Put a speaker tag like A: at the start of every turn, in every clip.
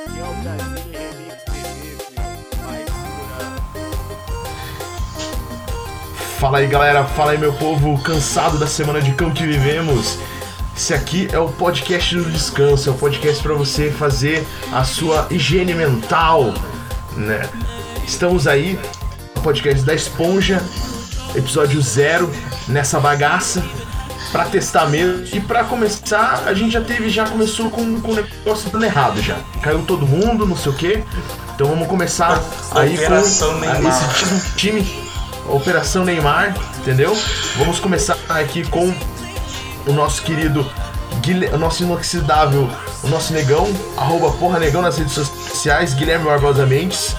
A: Daqui Remix TV, filho. Vai segurar.
B: Fala aí galera, fala aí meu povo cansado da semana de cão que vivemos. Esse aqui é o podcast do descanso, é o podcast para você fazer a sua higiene mental, né? Estamos aí, o podcast da Esponja, episódio zero nessa bagaça para testar mesmo e para começar a gente já teve já começou com, com o negócio dando errado já caiu todo mundo não sei o que então vamos começar aí com
C: Operação Neymar.
B: esse time, time, Operação Neymar, entendeu? Vamos começar aqui com o nosso querido, Guilhe- o nosso inoxidável, o nosso negão, arroba porra negão nas redes sociais, Guilherme Barbosa Mendes.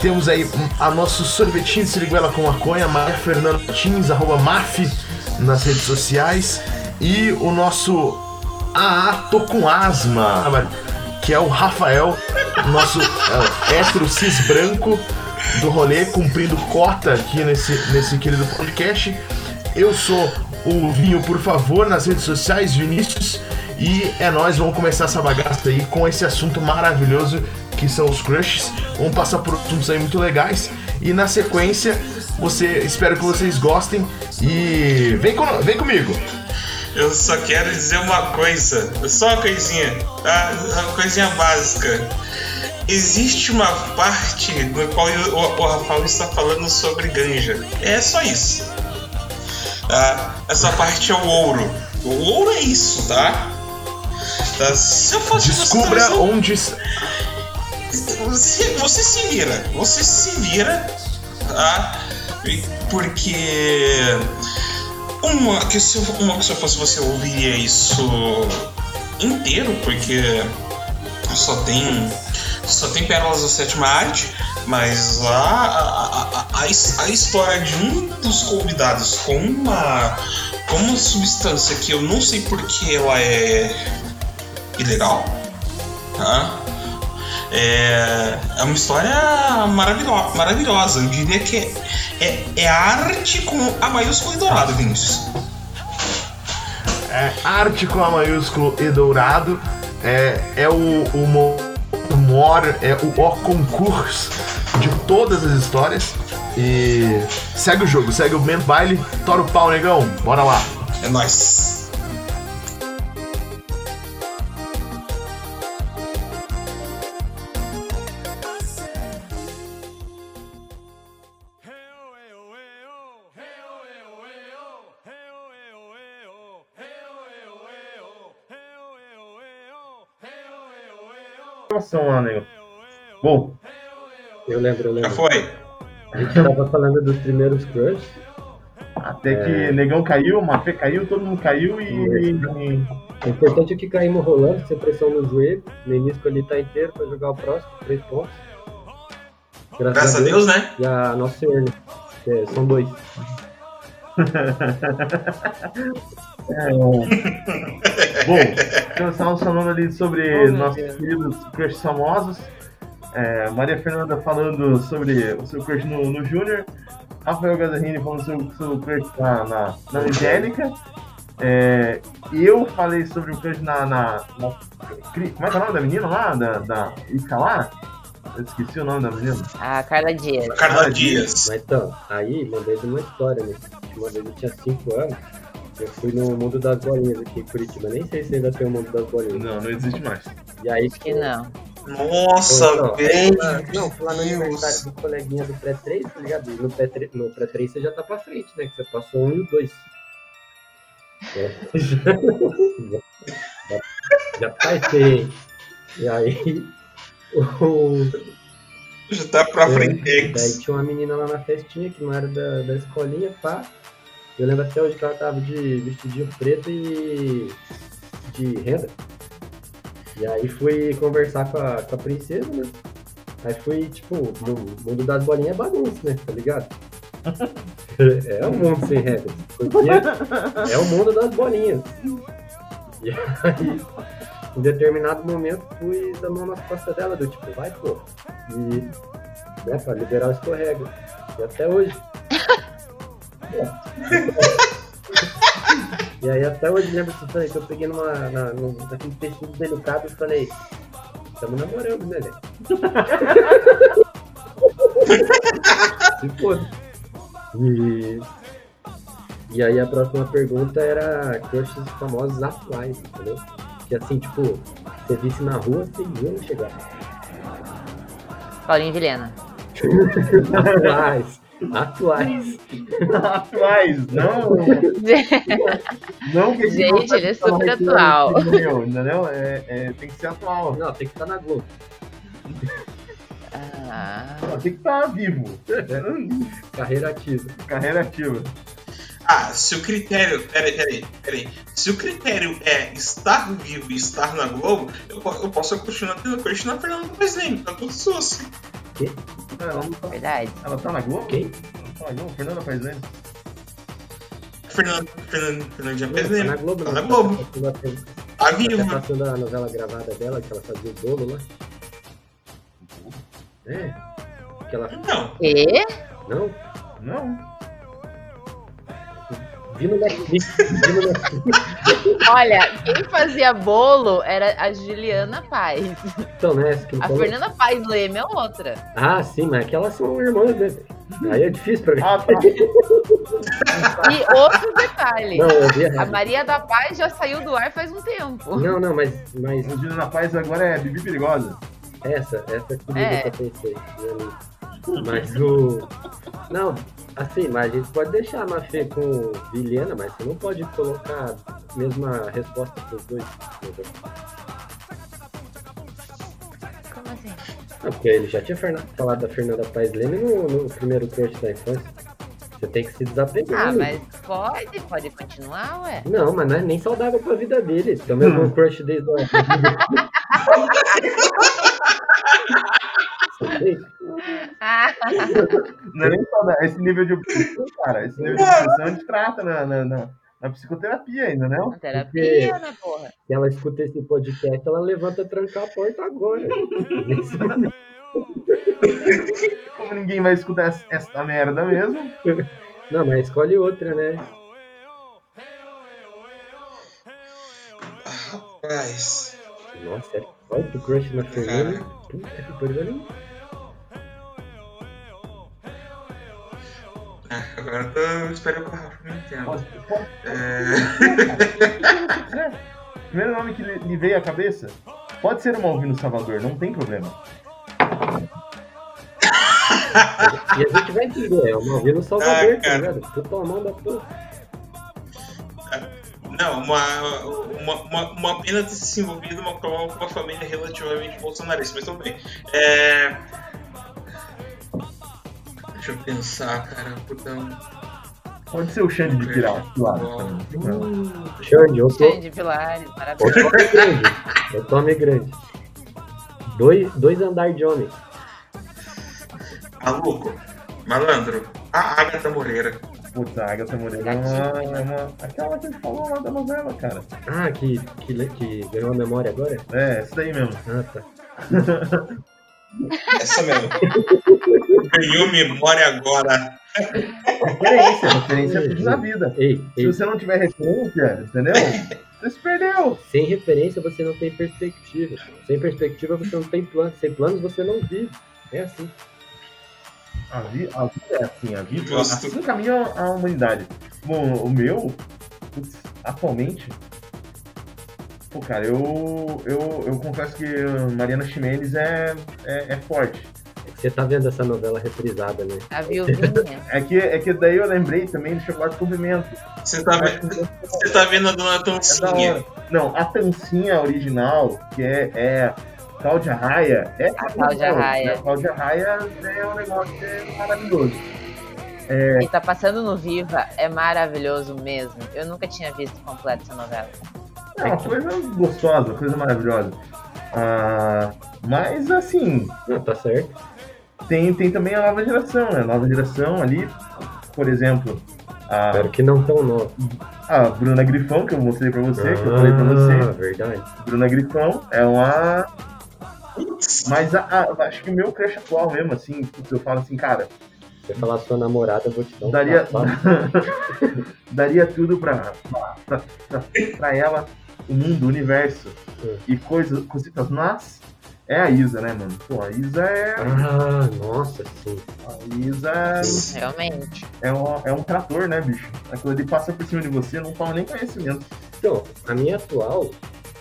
B: Temos aí hum, a nosso sorvetinho de siriguela com maconha, Maria Fernando Martins, arroba MAF nas redes sociais. E o nosso AA Ah, Tô com Asma, que é o Rafael, nosso é, hétero cis branco do rolê, cumprindo cota aqui nesse, nesse querido podcast. Eu sou o Vinho, por favor, nas redes sociais, Vinícius. E é nós, vamos começar essa bagaça aí com esse assunto maravilhoso que são os crushes. Vamos passar por assuntos aí muito legais. E na sequência, você espero que vocês gostem. E vem, cono- vem comigo!
C: Eu só quero dizer uma coisa, só uma coisinha, tá? Uma coisinha básica. Existe uma parte no qual eu- o, o Rafael está falando sobre ganja. É só isso. Tá? Essa parte é o ouro. O ouro é isso, tá? Tá? Se eu fosse você,
B: Descubra
C: você-
B: onde. s-
C: você, você se vira, você se vira, tá? E- Porque uma que se, eu- uma que se eu fosse você eu ouviria isso inteiro, porque só tem só tem pérolas da sétima arte, mas a, a, a, a, his- a história de um dos convidados com uma com uma substância que eu não sei porque ela é ilegal, tá? É, é uma história maravilhosa, maravilhosa. Eu diria que é, é, é arte com a maiúscula e dourado, Vinícius.
B: É, arte com A maiúsculo e dourado. É, é o, o mo- o mor, é o, o concurso de todas as histórias. E segue o jogo, segue o mesmo baile, tora o pau, negão, bora lá.
C: É nóis.
D: informação lá, nego. Bom,
E: Eu lembro,
C: Já
E: eu lembro.
C: foi.
E: A gente tava falando dos primeiros crush.
B: Até que negão caiu, Mafê caiu, todo mundo caiu e.
E: O importante é que caímos rolando, sem pressão no joelho. O menisco ali tá inteiro pra jogar o próximo, três pontos. Graças,
C: Graças a Deus, né?
E: E a nosso senhor, né? É, são dois.
B: Então, Bom, nós estávamos falando ali sobre
F: Oh,
E: Bom, né,
B: nossos
E: Pedro?
B: queridos crushes famosos. É, Maria Fernanda falando sobre o seu crush no, no Júnior. Rafael Gazzarini falando sobre o seu crush na, na, na Angélica. É, eu falei sobre o crush na, na, na- Cri- Como é que é o nome da menina lá? Da, da Ica lá? Eu esqueci o nome da menina.
F: A Carla Dias.
E: Ah,
C: Carla Dias.
E: Mas então, aí mandei de uma história, né? Uma vez eu tinha cinco anos. Eu fui no mundo das bolinhas aqui em Curitiba. Nem sei se ainda tem o mundo das bolinhas.
B: Não, não existe mais.
E: E aí
F: Acho que não.
C: Nossa,
E: Não,
C: velho.
E: lá- Então, é, Não, foi lá no
C: Deus.
E: aniversário do coleguinha do pré-3, tá ligado? E No pré-3 no pré você já tá pra frente, né? Que você passou um e o dois. É. já, já tá feio. E aí. O,
C: Já tá pra frente.
E: é, Daí tinha uma menina lá na festinha que não era da, da escolinha, pá. Eu lembro até hoje que ela tava de vestidinho preto e de renda. E aí fui conversar com a, com a princesa, né? Aí fui, tipo, no mundo das bolinhas é bagunça, né? Tá ligado? É um mundo sem regras. Porque é o mundo das bolinhas. E aí, em determinado momento, fui dar mão nas costas dela, do tipo, vai, pô. E né, pra liberar o escorrega. E até hoje. É. e aí até hoje lembro que eu falei que eu peguei numa, na, num, naquele peixinho delicado e falei, Estamos namorando, né, velho? Se foda. E... e aí a próxima pergunta era crushes famosos atuais, entendeu? Que assim, tipo, você visse na rua, você ia não chegar.
F: Paulinho Vilhena.
E: Atuais. Atuais.
B: Atuais, não. não que a não
F: Gente,
B: tá-
F: ele é
B: tá no
F: super
B: retiro,
F: atual.
B: Entendeu? Entendeu? É, é, tem que ser atual.
E: Não, tem que estar na Globo.
F: Ah,
B: Não, Tem que estar vivo.
E: Carreira ativa.
B: Carreira ativa.
C: Ah, se o critério. Peraí, peraí, peraí. Se o critério é estar vivo e estar na Globo, eu, po- eu posso continuar tendo crush na Fernanda Presley, tá tudo sus.
B: Ela, não tá-
F: verdade.
B: ela tá na Globo?
E: Quem?
B: Ela tá na Globo? Fernanda Paisani?
C: Fernanda, Fernanda, Fernanda
E: Tá na
C: Presley,
E: Globo,
C: Tá
E: não.
C: na Globo.
E: Tá passando a-
C: tá
E: Tá
C: viva.
E: passando a novela gravada dela, que ela fazia o bolo lá. É. Que ela.
C: Não,
F: E?
E: Não,
B: Não.
E: vi no Netflix. Vi no Netflix.
F: Olha, quem fazia bolo era a Juliana Paz.
E: Então, né? essa que eu
F: A
E: falei.
F: Fernanda Paz Leme é outra.
E: Ah, sim, mas aquelas são irmãs, né? velho? Aí é difícil pra mim.
B: Ah, tá.
F: E outro detalhe.
E: Não, eu vi
F: A
E: errado.
F: Maria da Paz já saiu do ar faz um tempo.
E: Não, não, mas, mas
B: Angela na Paz agora é Bibi Perigosa.
E: essa, essa que
F: É.
E: eu pensei. né? Mas o. Não, assim, mas a gente pode deixar a Mafê com Vilhena, mas você não pode colocar a mesma resposta pros dois. entendeu?
F: Como assim?
E: Não, porque ele já tinha Fernan- falado da Fernanda Paes Leme no, no primeiro crush da infância. Você tem que se desapegar.
F: Ah,
E: né?
F: mas pode, pode continuar, ué.
E: Não, mas não é nem saudável pra vida dele. Também é um crush desde lá.
F: Ah,
B: Não é nem só da- esse nível de obsessão, cara. Esse nível de obsessão a gente trata na, na, na, na psicoterapia ainda, né?
F: uma terapia, né, porra?
E: Se ela escuta esse podcast, ela levanta a trancar a porta agora.
B: Como ninguém vai escutar essa, essa merda mesmo.
E: Não, mas escolhe outra, né?
C: rapaz.
E: Nossa, é forte o crush na Fernanda. Puta que pariu. olha aí.
C: Ah, Agora eu tô esperando pra né? não entendo.
B: Pode- pode-
C: É,
B: Primeiro nome que lhe lhe veio à cabeça. Pode ser o Malvino Salvador, não tem problema.
E: E a gente vai entender. É uma vida no Salvador,
C: Ah,
E: tá
C: cara.
E: ligado? Puta a mão da porra.
C: não, uma, uma, uma, uma pena ter se envolvido uma, com uma família relativamente bolsonarista, mas tudo bem. É... Deixa eu pensar, cara. Puta, um-
B: Pode ser o Xande de Pirata, claro. também, não tem problema.
E: Xande, eu tô.
F: Xande Pilares, maravilhoso.
E: Outro homem grande. Outro homem grande. Dois, dois andar de homem.
C: maluco, malandro, a Agatha Moreira.
B: Putz, a Agatha Moreira é uma, é uma- Aquela que a gente falou lá da novela, cara.
E: Ah, que, que, le- que ganhou a memória agora?
B: É, isso daí mesmo.
E: Ah, tá.
C: Essa mesmo. Ganhou memória agora.
B: Referência, referência é tudo na vida.
E: Ei,
B: Se
E: ei,
B: você não tiver referência, entendeu? Você se perdeu.
E: sem referência você não tem perspectiva. Sem perspectiva você não tem plano. Sem planos você não vive. É assim.
B: A, vi- a vida é assim, a vida
C: Justo.
B: assim caminha a a humanidade. Bom, o meu, putz, atualmente, pô, cara, eu, eu, eu confesso que Mariana Ximenes é, é, é forte.
E: Você tá vendo essa novela reprisada, né?
F: A viuvinha.
B: É que, é que daí eu lembrei também do chocolate com pimenta.
C: Você tá, ve- você tá vendo a dona
B: É da hora.
C: Toncinha?
B: Não, a tancinha original, que é, é Cláudia Raia, é a
F: Cláudia Raia.
B: Cláudia Raia é um negócio que é maravilhoso.
E: É.
F: E tá passando no Viva, é maravilhoso mesmo. Eu nunca tinha visto completa essa novela.
B: É uma coisa gostosa, uma coisa maravilhosa. Ah, mas assim,
E: Não, tá certo.
B: tem, tem também a nova geração, né? A nova geração ali, por exemplo, a,
E: Claro que não tão nova.
B: a Bruna Grifão, que eu mostrei pra você, que eu falei pra
E: Ah,
B: você.
E: verdade.
B: Bruna Grifão é uma. Mas a- a- eu acho que o meu crush atual mesmo, assim, putz, eu falo assim, cara,
E: Se você falar sua namorada, eu vou te dar um
B: daria,
E: tapa.
B: daria tudo pra, pra, pra, pra ela, o mundo, o universo
E: É.
B: e coisas, cositas, mas É a Isa, né, mano? Pô, a Isa é.
E: Ah, nossa, sim.
B: A Isa
F: Realmente.
B: é um, é um trator, né, bicho? Aquilo ali passa por cima de você, não toma nem conhecimento.
E: Então, a minha atual,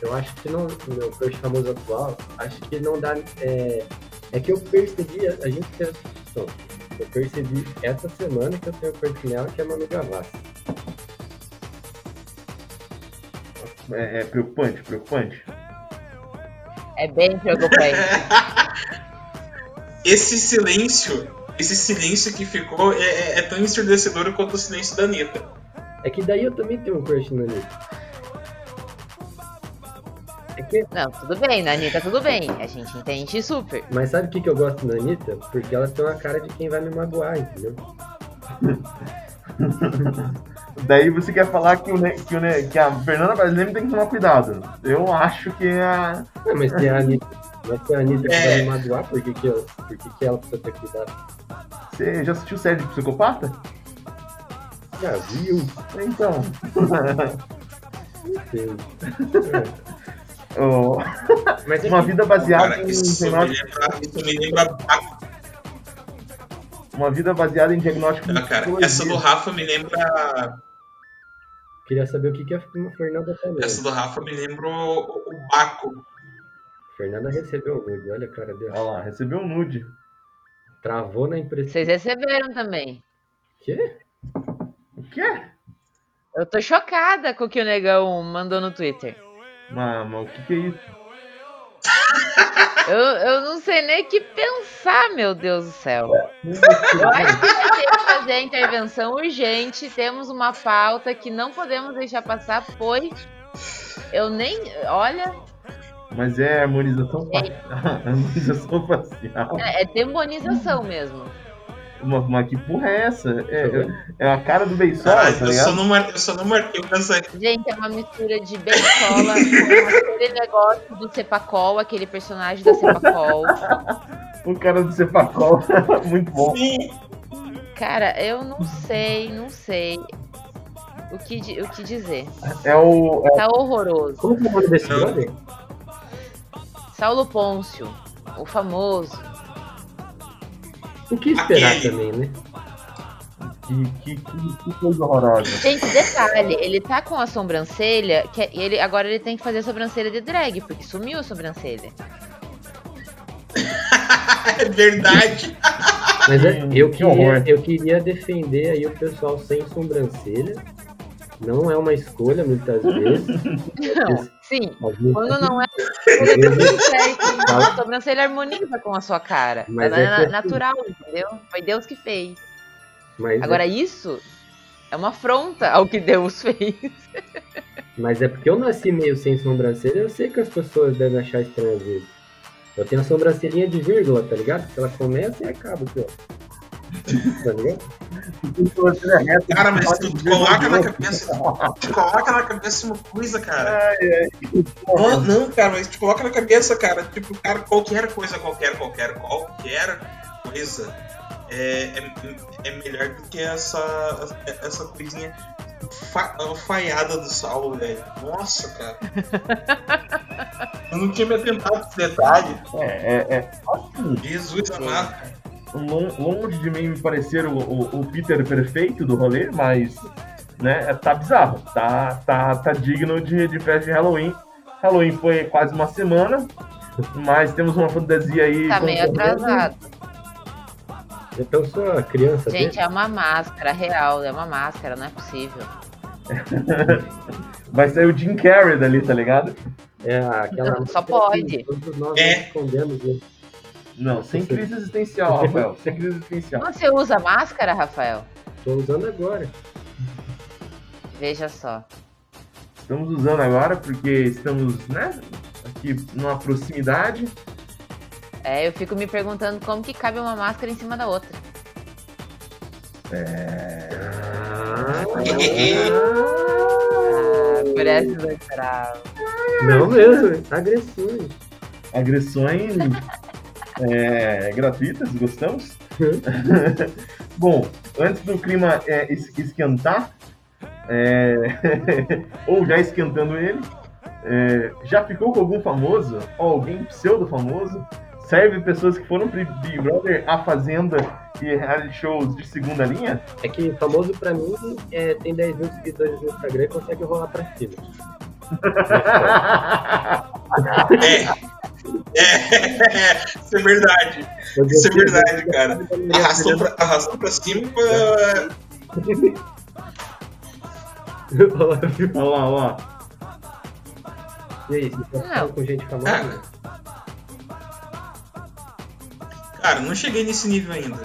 E: eu acho que não, o meu crush famoso atual, acho que não dá. É, é que eu percebi, a, a gente tem essa discussão. Eu percebi essa semana que eu tenho crush nela, que é Manu Gavassi.
B: É, é preocupante, preocupante.
F: É bem preocupante.
C: Esse silêncio, esse silêncio que ficou é, é- é tão ensurdecedor quanto o silêncio da Anitta.
E: É que daí eu também tenho um crush na Anitta. É que,
F: Não, tudo bem, na Anitta, tudo bem. A gente entende super.
E: mas sabe o que, que eu gosto na Anitta? Porque ela tem uma cara de quem vai me magoar, entendeu?
B: Daí você quer falar que, o, ne- que, o, ne- que a Fernanda Brasileiro tem que tomar cuidado. Eu acho que é a.
E: Não, É, mas se a Anitta, mas se a Anitta
C: É.
E: vai me magoar, por que, que, eu, por que, que ela precisa ter cuidado?
B: Você já assistiu série de psicopata?
E: Já viu?
B: Então.
E: Entendeu?
B: ô,
E: Mas é
B: uma
E: que-
B: vida baseada
C: Cara,
B: em
C: isso só me
B: diagnóstico.
C: lembra, isso me lembra
B: Uma vida baseada em diagnóstico.
C: Ah, cara, essa do Rafa me lembra.
E: Queria saber o que, que a Fernanda tá lendo.
C: Essa do Rafa me lembra o, o Baco.
E: Fernanda recebeu o nude, olha a cara dela.
B: Olha lá, recebeu um nude.
E: Travou na impressão.
F: Vocês receberam também.
E: Quê?
B: O quê?
F: Eu tô chocada com o que o negão mandou no Twitter.
B: Mas, mas o que, que é isso?
F: Eu, eu não sei nem o que pensar, meu Deus do céu. Eu acho que vai ter que fazer a intervenção urgente. Temos uma pauta que não podemos deixar passar, pois eu nem. Olha,
B: Mas é harmonização facial. harmonização facial.
F: é é demonização mesmo.
B: Uma, uma- que porra é essa?
E: Tá
B: É,
E: vendo?
B: é a cara do Beisola,
C: Caralho,
B: tá
C: Ah, eu, só
B: ligado?
C: não mar- eu só não marquei o casamento.
F: Gente, é uma mistura de Bencola com aquele negócio do Cepacol, aquele personagem da Cepacol.
B: O cara do Cepacol. Muito bom.
F: Cara, eu não sei, não sei o que, di- o que dizer.
B: É o. é-
F: Tá horroroso.
E: Como que é o nome desse
C: Não.
E: brother?
F: Saulo Pôncio, o famoso.
E: O que esperar
C: Aquele.
E: também, né?
B: que, que, que, que coisa horrorosa.
F: Gente, detalhe, ele tá com a sobrancelha, que é, ele, agora ele tem que fazer a sobrancelha de drag, porque sumiu a sobrancelha.
C: É verdade.
E: Mas é,
B: Hum,
E: eu,
B: que
E: queria,
B: horror.
E: eu queria defender aí o pessoal sem sobrancelha. Não é uma escolha, muitas vezes.
F: Não, sim.
E: Alguns-
F: Quando não é, ele tá tudo certo. A sobrancelha harmoniza com a sua cara.
E: Mas
F: Ela
E: é
F: é,
E: que assim-
F: natural, entendeu? Foi Deus que fez.
E: Mas,
F: Agora,
E: é,
F: isso é uma afronta ao que Deus fez.
E: mas é porque eu nasci meio sem sobrancelha, eu sei que as pessoas devem achar estranho às vezes. Eu tenho a sobrancelhinha de vírgula, tá ligado? Que ela começa e acaba aqui, ó. Tá ligado?
C: Cara, mas tu coloca na cabeça. Tu coloca na cabeça uma coisa, cara. Não, não, cara, mas tu coloca na cabeça, cara. Tipo, cara, qualquer coisa, qualquer, qualquer, qualquer coisa é, é, é melhor do que essa, essa coisinha fa- falhada do Saulo, velho. Nossa, cara. Eu não tinha me atentado nesse detalhe.
B: É, é, é. Assim,
C: Jesus amado.
B: lon- longe um de mim me parecer o, o, o Peter perfeito do rolê, mas né, tá bizarro, tá, tá, tá digno de, de festa de Halloween. Halloween foi quase uma semana, mas temos uma fantasia aí.
F: Tá meio
B: concorrendo.
F: atrasado.
E: Já pensou Então, a criança dele?
F: Gente, é uma máscara real, é uma máscara, não é possível.
B: Vai sair o Jim Carrey dali, tá ligado?
E: É aquela.
F: Não, só pode.
E: Todos nós
C: É.
E: escondemos, né?
B: Não, sem crise existencial, Rafael, sem crise existencial.
F: Você usa máscara, Rafael?
E: Tô usando agora.
F: Veja só.
B: Estamos usando agora porque estamos, né, aqui numa proximidade.
F: É, eu fico me perguntando como que cabe uma máscara em cima da outra. Ah, por essa eu esperava.
E: Não mesmo, tá agressivo.
B: agressões é, gratuitas, gostamos? Bom, antes do clima é, es- esquentar, é, ou já esquentando ele, É, já ficou com algum famoso? Ou alguém pseudo-famoso? Serve pessoas que foram pro Big Brother, a Fazenda e reality shows de segunda linha?
E: É que famoso pra mim é, tem 10 mil seguidores no Instagram e consegue rolar pra cima.
C: É, isso é verdade. Isso é verdade, cara. Arrastou pra, arrastou pra cima. pra-
B: Olha lá, olha lá.
E: E aí, você tá falando com gente
C: É.
E: famosa?
C: Cara, não cheguei nesse nível ainda.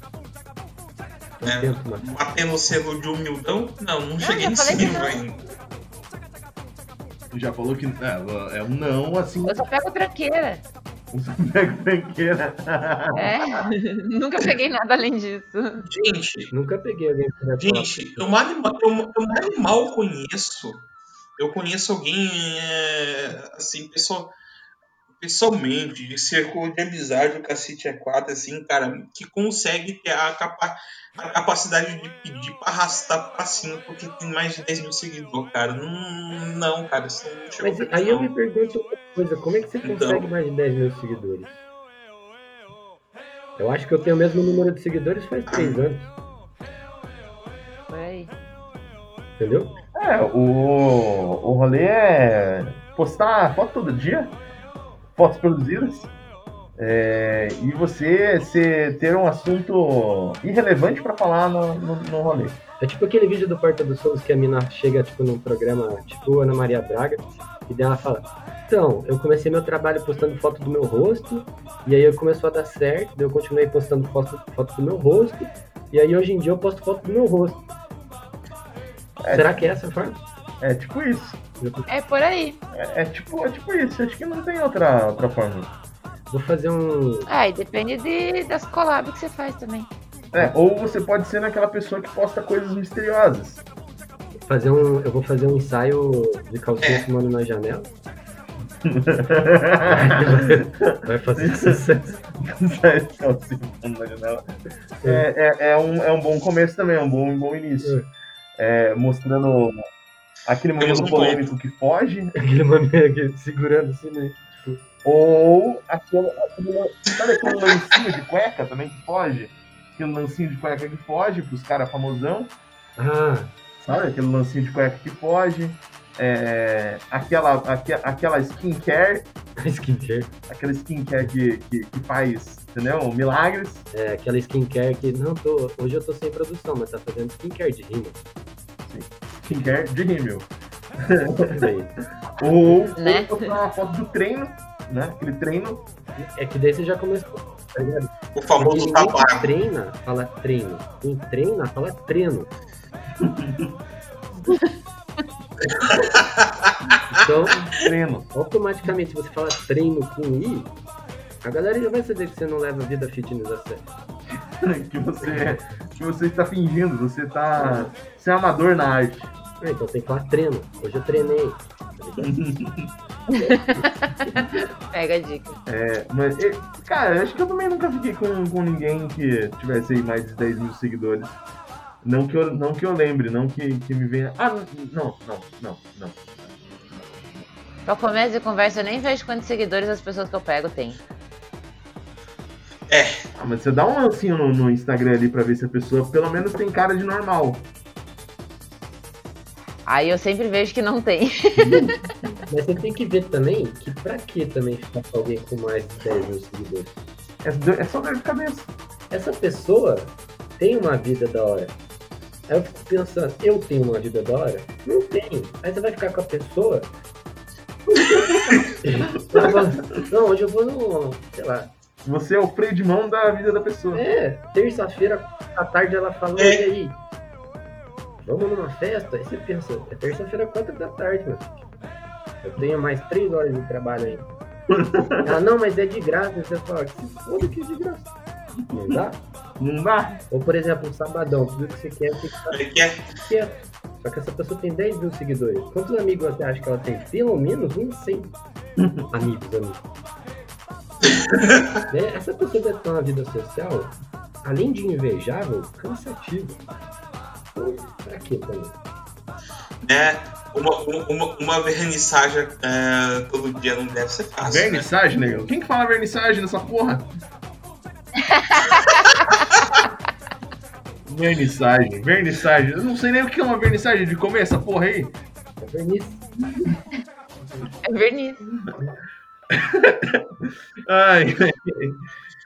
C: Ah.
E: Faz tempo, mano.
C: É, Batendo o selo de humildão? Não, não
F: já
C: cheguei nesse
F: falei que
C: nível
F: não.
C: ainda.
G: Já falou que é, é um não, assim, um
F: Eu só pego tranqueira.
B: Pega tranqueira.
F: É. Nunca peguei nada além disso.
C: Gente,
E: Nunca peguei alguém que vai falar.
C: Gente, eu mal, eu, eu mal, e mal conheço. Eu conheço alguém é, assim, pessoal, pessoalmente, de círculo de amizade, o cacete é quatro, assim, cara, que consegue ter a, capa, a capacidade de pedir pra arrastar pra cima, porque tem mais de 10 mil seguidores, cara. Não, não cara, isso não chegou
E: Mas
C: pra mim,
E: aí eu
C: não.
E: me pergunto outra coisa, como é que você
C: Então.
E: consegue mais de 10 mil seguidores? Eu acho que eu tenho o mesmo número de seguidores faz 3 anos,
F: Por aí.
E: entendeu?
B: É, o, o rolê é postar foto todo dia, fotos produzidas, é, e você se- ter um assunto irrelevante pra falar no, no, no rolê.
E: É tipo aquele vídeo do Porta dos Fundos que a mina chega tipo num programa tipo Ana Maria Braga e daí ela fala: Então, eu comecei meu trabalho postando foto do meu rosto, e aí eu começou a dar certo, daí eu continuei postando foto, foto do meu rosto, e aí hoje em dia eu posto foto do meu rosto. Será que é essa a forma?
B: É tipo isso.
F: É por aí.
B: É, é tipo, é tipo isso. Acho que não tem outra, outra forma.
E: Vou fazer um.
F: Ah, e depende de, das collabs que você faz também.
B: É, ou você pode ser naquela pessoa que posta coisas misteriosas.
E: Fazer um. Eu vou fazer um ensaio de calcinha
C: É.
E: fumando na janela. Vai fazer sucesso.
B: Calcinha na janela. É, é, é, um, é um bom começo também, é um bom, um bom início. É, mostrando aquele
C: Temos
B: momento
C: um
B: polêmico que foge,
E: Aquele mameiro aqui segurando assim, né?
B: ou aquele, aquele, sabe aquele lancinho de cueca também que foge? Aquele lancinho de cueca que foge pros caras famosão,
E: Ah,
B: sabe? Aquele lancinho de cueca que foge. É, aquela, aque- aquela skincare,
E: skincare.
B: aquela skincare que, que, que faz, entendeu? Milagres.
E: É aquela skincare que. Não, tô. Hoje eu tô sem produção, mas tá fazendo skincare de rima.
B: Skincare de rímel.
E: Tá Daí-
B: Ou,
F: Né?
B: ou postar uma foto do treino, né? Aquele treino.
E: É que daí você já começou. Tá ligado?
C: O
E: Porque
C: famoso
E: ninguém
C: tabaco.
E: treina, fala treino. Quem treina, fala treino. então,
B: Treino.
E: automaticamente você fala treino com I, a galera já vai saber que você não leva a vida fitness a sério.
B: que você que você está fingindo, você está você é amador na arte.
E: Ah, então tem que falar treino. Hoje eu treinei. tá ligado?
F: Pega a dica.
B: É, mas, e, cara, eu acho que eu também nunca fiquei com, com ninguém que tivesse aí mais de 10 mil seguidores. Não que eu, não que eu lembre, não que, que me venha. Ah, não, não, não, não.
F: Pra começo de conversa, eu nem vejo quantos seguidores as pessoas que eu pego têm.
B: Ah, mas você dá um lancinho no, no Instagram ali pra ver se a pessoa pelo menos tem cara de normal.
F: Aí eu sempre vejo que não tem.
E: Mas você tem que ver também que pra que também ficar com alguém com mais de 10 mil seguidores?
B: É, do- é só dor de cabeça.
E: Essa pessoa tem uma vida da hora. Aí eu fico pensando, eu tenho uma vida da hora? Não tenho. Aí você vai ficar com a pessoa. Eu vou- não, hoje eu vou no. sei lá.
B: Você é o freio de mão da vida da pessoa.
E: É, terça-feira à tarde ela falou,
C: É.
E: e aí? Vamos numa festa? Aí você pensa, é terça-feira, quatro da tarde, meu. Eu tenho mais três horas de trabalho ainda. Ela, não, mas é de graça. Você fala, que se foda que é de graça. Não dá?
B: Não dá?
E: Ou, por exemplo, um sabadão, tudo que você quer, você fica
C: Ele quer
E: quieto. Só que essa pessoa tem 10 mil seguidores. Quantos amigos você acha que ela tem? Pelo menos uns 100 amigos, amigos. Né? Essa pessoa deve ter uma vida social, além de invejável, cansativa. Então, pra quê também?
C: né? uma, uma, uma vernissagem é, todo dia não deve ser fácil. né?
B: Vernissagem, negão? Quem que fala vernissagem nessa porra? vernissagem, vernissagem. Eu não sei nem o que é uma vernissagem de comer essa porra aí.
E: É verniz.
F: É verniz.
B: Ai,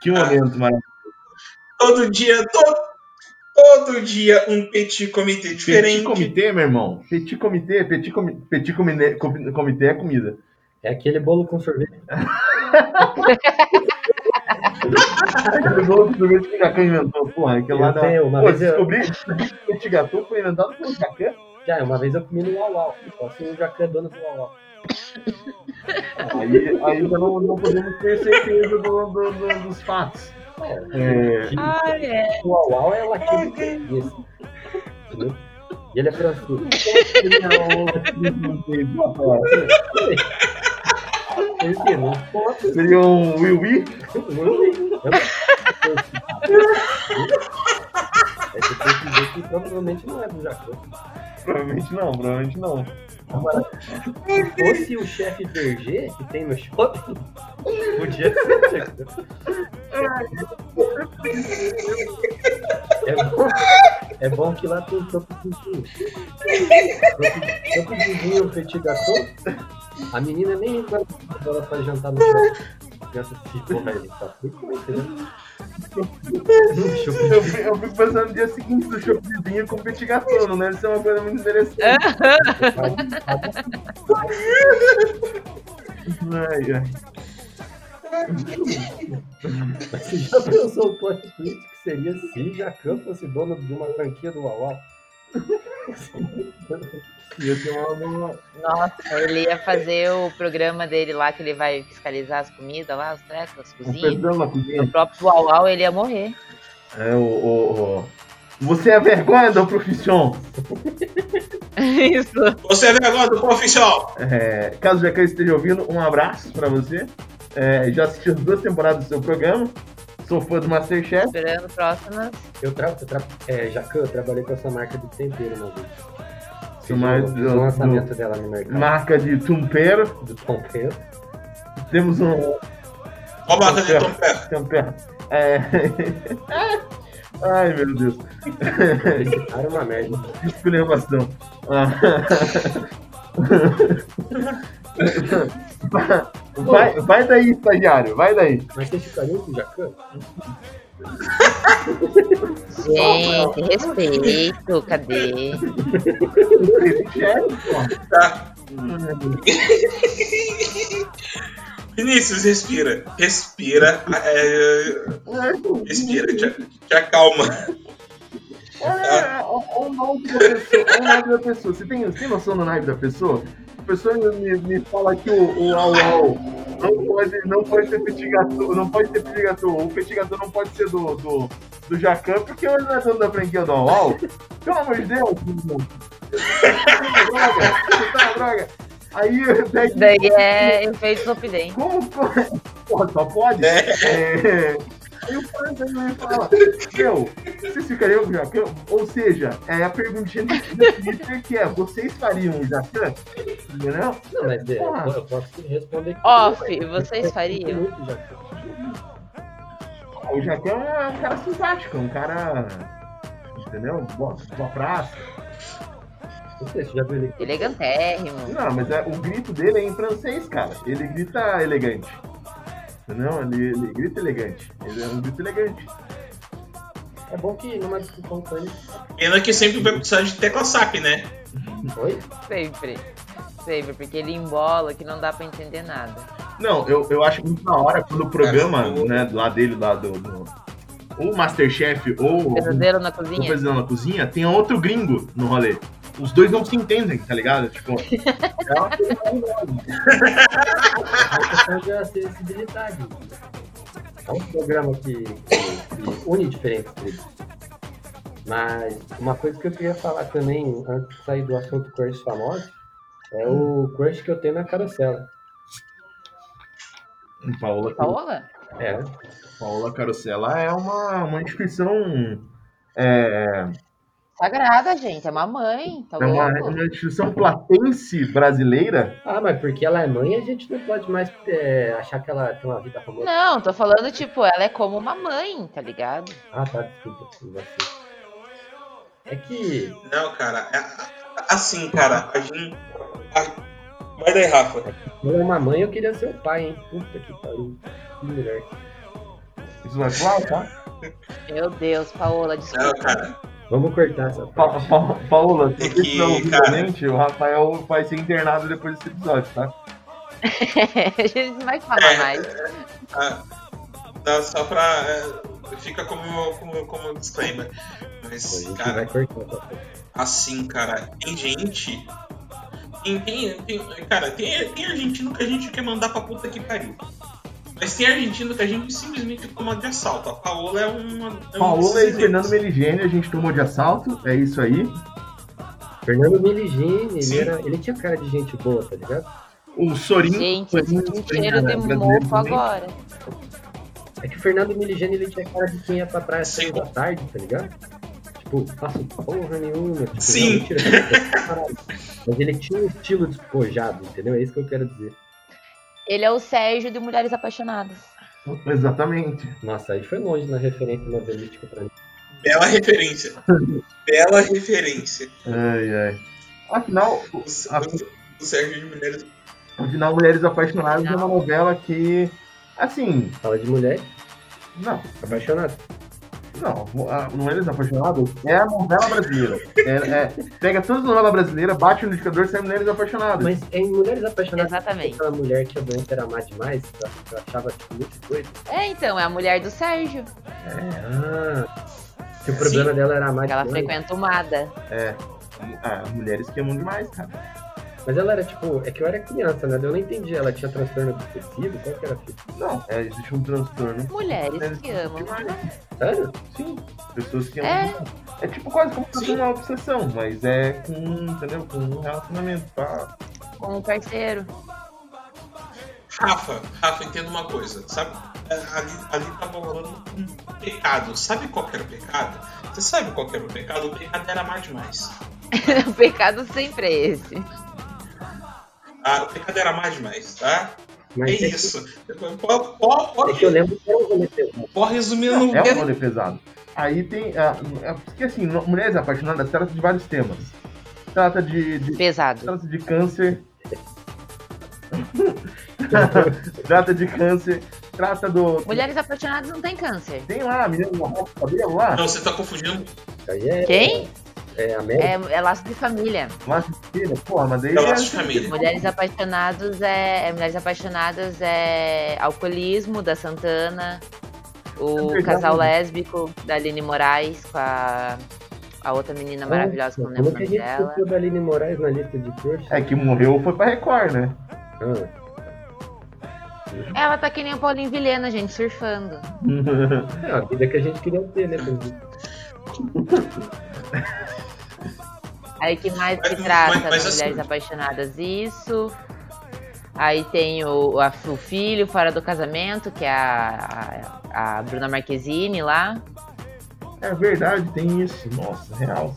B: que momento, maravilhoso.
C: Todo dia, todo, todo dia um petit comitê
B: Petit
C: diferente.
B: comitê, meu irmão. Petit comitê, petit, comi, petit comine- comi- comitê é comida.
E: É aquele bolo com sorvete.
B: Aquele bolo com sorvete que o Jacan inventou, porra. Aquele lá
E: Eu
B: da...
E: tenho, uma
B: Pô,
E: vez eu-
B: descobri que o petit gâteau foi inventado pelo Jacan.
E: Já, uma vez eu comi no Uau Uau. Só se o Jacan é dono do Uau Uau.
B: Aí, aí já não, não podemos ter certeza do- do- do- dos fatos. É,
F: Ah, é.
E: O Uau Uau é latim. Isso. Entendeu? E ele é francês. um
B: Uhum.
E: Ele não pode.
B: seria um Will
E: É que eu tenho que dizer que provavelmente não é do Jacan.
B: Provavelmente não, provavelmente não.
E: Agora, se fosse o chefe Berger que tem no shopping, podia ser o Jacan. É bom, é bom que lá tem o campo de vinho. Campo de vinho, petit gâteau. A menina nem reclama quando ela faz jantar no shopping. Criança se porra, ele tá muito entendeu? No shopping.
B: Eu, fi- eu fico pensando no dia seguinte do shopping com petit gâteau, não deve ser é uma coisa muito interessante. Ai, ai.
E: Você já pensou o plot twist que seria se Jacan fosse dono de uma franquia do Uau? Uau?
B: Ia ser uma, uma- um
F: Nossa, ele ia fazer o programa dele lá, que ele vai fiscalizar as comidas lá, os trecos, as
B: um
F: cozinhas.
B: pedão na
F: O
B: cozinha.
F: próprio Uau Uau, ele ia morrer.
B: É, o, o- o- Você é a vergonha da profissão.
F: Isso.
C: Você vê agora do profissional.
B: É, caso o Jacan esteja ouvindo, um abraço pra você. É, já assisti as duas temporadas do seu programa. Sou fã do Masterchef.
F: Esperando próximas.
E: Eu, tra eu tra é, Jacan, eu trabalhei com essa marca de tempero uma vez. Fiz
B: Mas
E: o,
B: é do-
E: fiz o lançamento dela no mercado
B: Marca de Tumpero.
E: do Tom Pedro.
B: Temos um,
C: Ó, marca de Tom Pé.
B: Campeão. É. Ai, meu Deus.
E: Era uma merda.
B: Esculhambação. Ah. Vai, vai daí, estagiário, vai daí.
E: Mas você ficaria com o Jacan?
F: Gente, respeito, cadê?
C: Vinícius, respira. Respira. é, respira, te, te acalma.
B: É, o o naipe da pessoa. o naipe da pessoa. Você tem, você tem noção do naipe da pessoa? A pessoa me, me fala que o, o au au não pode, não pode ser petit gâteau, não pode ser petit gâteau. O petit gâteau não pode ser do, do, do Jacan, porque ele não é dono da franquia do au au. Pelo amor de Deus, irmão. tá droga, você tá uma droga. Aí eu
F: Isso daí é efeito Sopidem.
B: como? como- Porra, só pode?
C: É.
B: É. Aí o cara também fala, meu, vocês ficariam com o Jacan? Ou seja, é a perguntinha do Twitter que é, vocês fariam o Jacan? Entendeu?
E: Não, mas é,
B: Porra.
E: eu, eu posso te responder que
F: Off, vocês fariam?
E: muito Jacan.
B: O Jacan é um cara simpático, um cara, entendeu? Boa, boa praça.
E: Não sei, você já viu ele.
F: Elegantérrimo.
B: Não, mas é- o grito dele é em francês, cara. Ele grita elegante. Entendeu? Ele, ele grita elegante. Ele é um grito elegante.
E: É bom que numa discussão com ele.
C: Pena que sempre vai precisar de tecla SAP, né?
E: Oi?
F: Sempre. Sempre, porque ele embola que não dá pra entender nada.
B: Não, eu, eu acho muito da hora quando o
C: É,
B: programa, né, lá dele, lá do. do ou Masterchef ou o
F: Pesadelo na cozinha?
B: Pesadelo na Cozinha, tem outro gringo no rolê. Os dois não se entendem, tá ligado? Tipo, é uma coisa maravilhosa.
E: É questão de acessibilidade. É um programa que, que- que une diferentes tribos. Mas uma coisa que eu queria falar também, antes de sair do assunto crush famoso, é o crush que eu tenho na Carosella.
B: Paola,
F: Paola?
E: É,
B: Paola Carosella é uma, uma instituição é,
F: sagrada, gente. É mamãe. Tá
B: É uma,
F: louco?
B: uma instituição platense brasileira.
E: Ah, mas porque ela é mãe, a gente não pode mais é, achar que ela tem uma vida famosa.
F: Não, tô falando, tipo, ela é como uma mãe, tá ligado?
E: Ah, tá, desculpa. você. É que.
C: Não, cara. é- assim, cara, a gente. a- Vai daí, Rafa.
E: Ela é uma mãe, eu queria ser o pai, hein? Puta que pariu. Que mulher.
B: Isso não é claro, tá?
F: Meu Deus, Paola,
C: Não,
F: desculpa.
C: cara.
E: Vamos cortar essa
B: Pa- Pa- Paola, se
C: É
B: você
C: que,
B: estiver ouvindo a
C: cara-
B: gente, o Rafael vai ser internado depois desse episódio, tá?
F: a gente não vai falar
C: É.
F: mais.
C: Ah, dá só pra. é, Fica como, como, como disclaimer.
E: A
C: Mas,
E: gente
C: cara,
E: vai cortar essa coisa.
C: assim, cara, tem gente. Tem, tem, tem- cara, tem, tem argentino que a gente quer mandar pra puta que pariu. Mas tem argentino que a gente simplesmente toma de assalto. A Paola é uma. é um
B: Paola e
C: desses
B: Fernando
C: exemplos.
B: Meligeni, a gente tomou de assalto, é isso aí.
E: Fernando Meligini, ele,
C: Sim.
E: era- ele tinha cara de gente boa, tá ligado?
G: O Sorin
F: Gente,
G: foi
F: eu
G: muito
F: senti um
G: bem,
F: cheiro
G: né,
F: de
G: brasileiro
F: mofo
G: também.
F: agora.
E: É que o Fernando Meligini, ele tinha cara de quem ia pra praia às
C: Sim.
E: seis da tarde, tá ligado? Tipo, faço porra nenhuma. Tipo,
C: Sim.
E: não, mentira, caralho. Mas ele tinha um estilo despojado, entendeu? É isso que eu quero dizer.
F: Ele é o Sérgio de Mulheres Apaixonadas.
B: Exatamente.
E: Nossa, aí foi longe na referência novelística pra mim.
C: Bela referência. Bela referência.
B: Ai, ai. Afinal,
C: O,
B: Ah.
C: o, o Sérgio de Mulheres.
B: afinal Mulheres Apaixonadas é uma novela que, assim,
E: Fala de mulher,
B: não,
E: apaixonado.
B: não, a Mulheres Apaixonadas é a novela brasileira. É- é- pega todas as novelas brasileiras, bate no indicador e sai Mulheres Apaixonadas.
E: Ah, Mas em Mulheres Apaixonadas,
F: Exatamente.
E: aquela mulher que eu doente era amar demais, que eu- que eu achava tipo, muito doido.
F: É, então, é a mulher do Sérgio.
E: Ah, que o problema dela era amar
F: Que ela
E: demais.
F: frequenta o Mada.
B: Ah, mulheres que amam demais, cara.
E: Mas ela era tipo, é que eu era criança, né? Eu não entendi. Ela tinha transtorno obsessivo? Qual que era a
B: Não, é, existe um transtorno.
F: Mulheres que amam.
E: Sério?
B: Sim, pessoas que amam
F: É.
B: demais. É tipo quase como se fosse
C: Sim.
B: uma obsessão, mas é com, entendeu? Com um relacionamento, tá? pá.
F: Com o parceiro.
C: Rafa, Rafa, entenda uma coisa. Sabe? É, Ali, ali tava rolando um pecado. Sabe qual que era o pecado? Você sabe qual que era o pecado? O pecado era amar demais.
F: o pecado sempre é esse.
C: Ah, o pecado era amar demais, tá? É
E: Mas é,
C: isso. Pode, pode,
E: Que, é que eu lembro que era um rolê pesado.
C: pode resumir no.
B: É um rolê pesado. Aí tem. ah, é porque assim, no- mulheres apaixonadas trata de vários temas. Trata de. de
F: Pesado.
B: trata de câncer. trata de câncer. Trata do.
F: Mulheres apaixonadas não tem câncer.
B: Tem lá a menina do arroz de cabelo lá.
C: Não, você tá confundindo.
E: Aí é,
F: Quem?
E: é América.
F: É, é laço de família.
B: Laço de filha. Porra, mas daí.
C: É o laço de
B: é-
C: família.
F: Mulheres apaixonadas é, é Mulheres apaixonadas é alcoolismo da Santana, o
B: É
F: casal
B: verdade.
F: lésbico da Aline Moraes com a, a outra menina maravilhosa que eu não lembro
E: né? Como
F: o
E: que a
F: nome
E: gente
F: dela.
E: escutou da Aline Moraes na lista de cores?
B: É que morreu foi pra Record, né?
E: Ah,
F: Ela tá que nem o Paulinho Vilhena, gente, surfando.
E: é a vida que a gente queria ter, né? Pedro?
F: Aí que mais que
C: Mas-
F: trata
C: mas- mas
F: das mulheres
C: assim-
F: apaixonadas isso. Aí tem o, a- o filho fora do casamento, que é a, a, a Bruna Marquezine lá.
B: É verdade, tem isso. Nossa, real.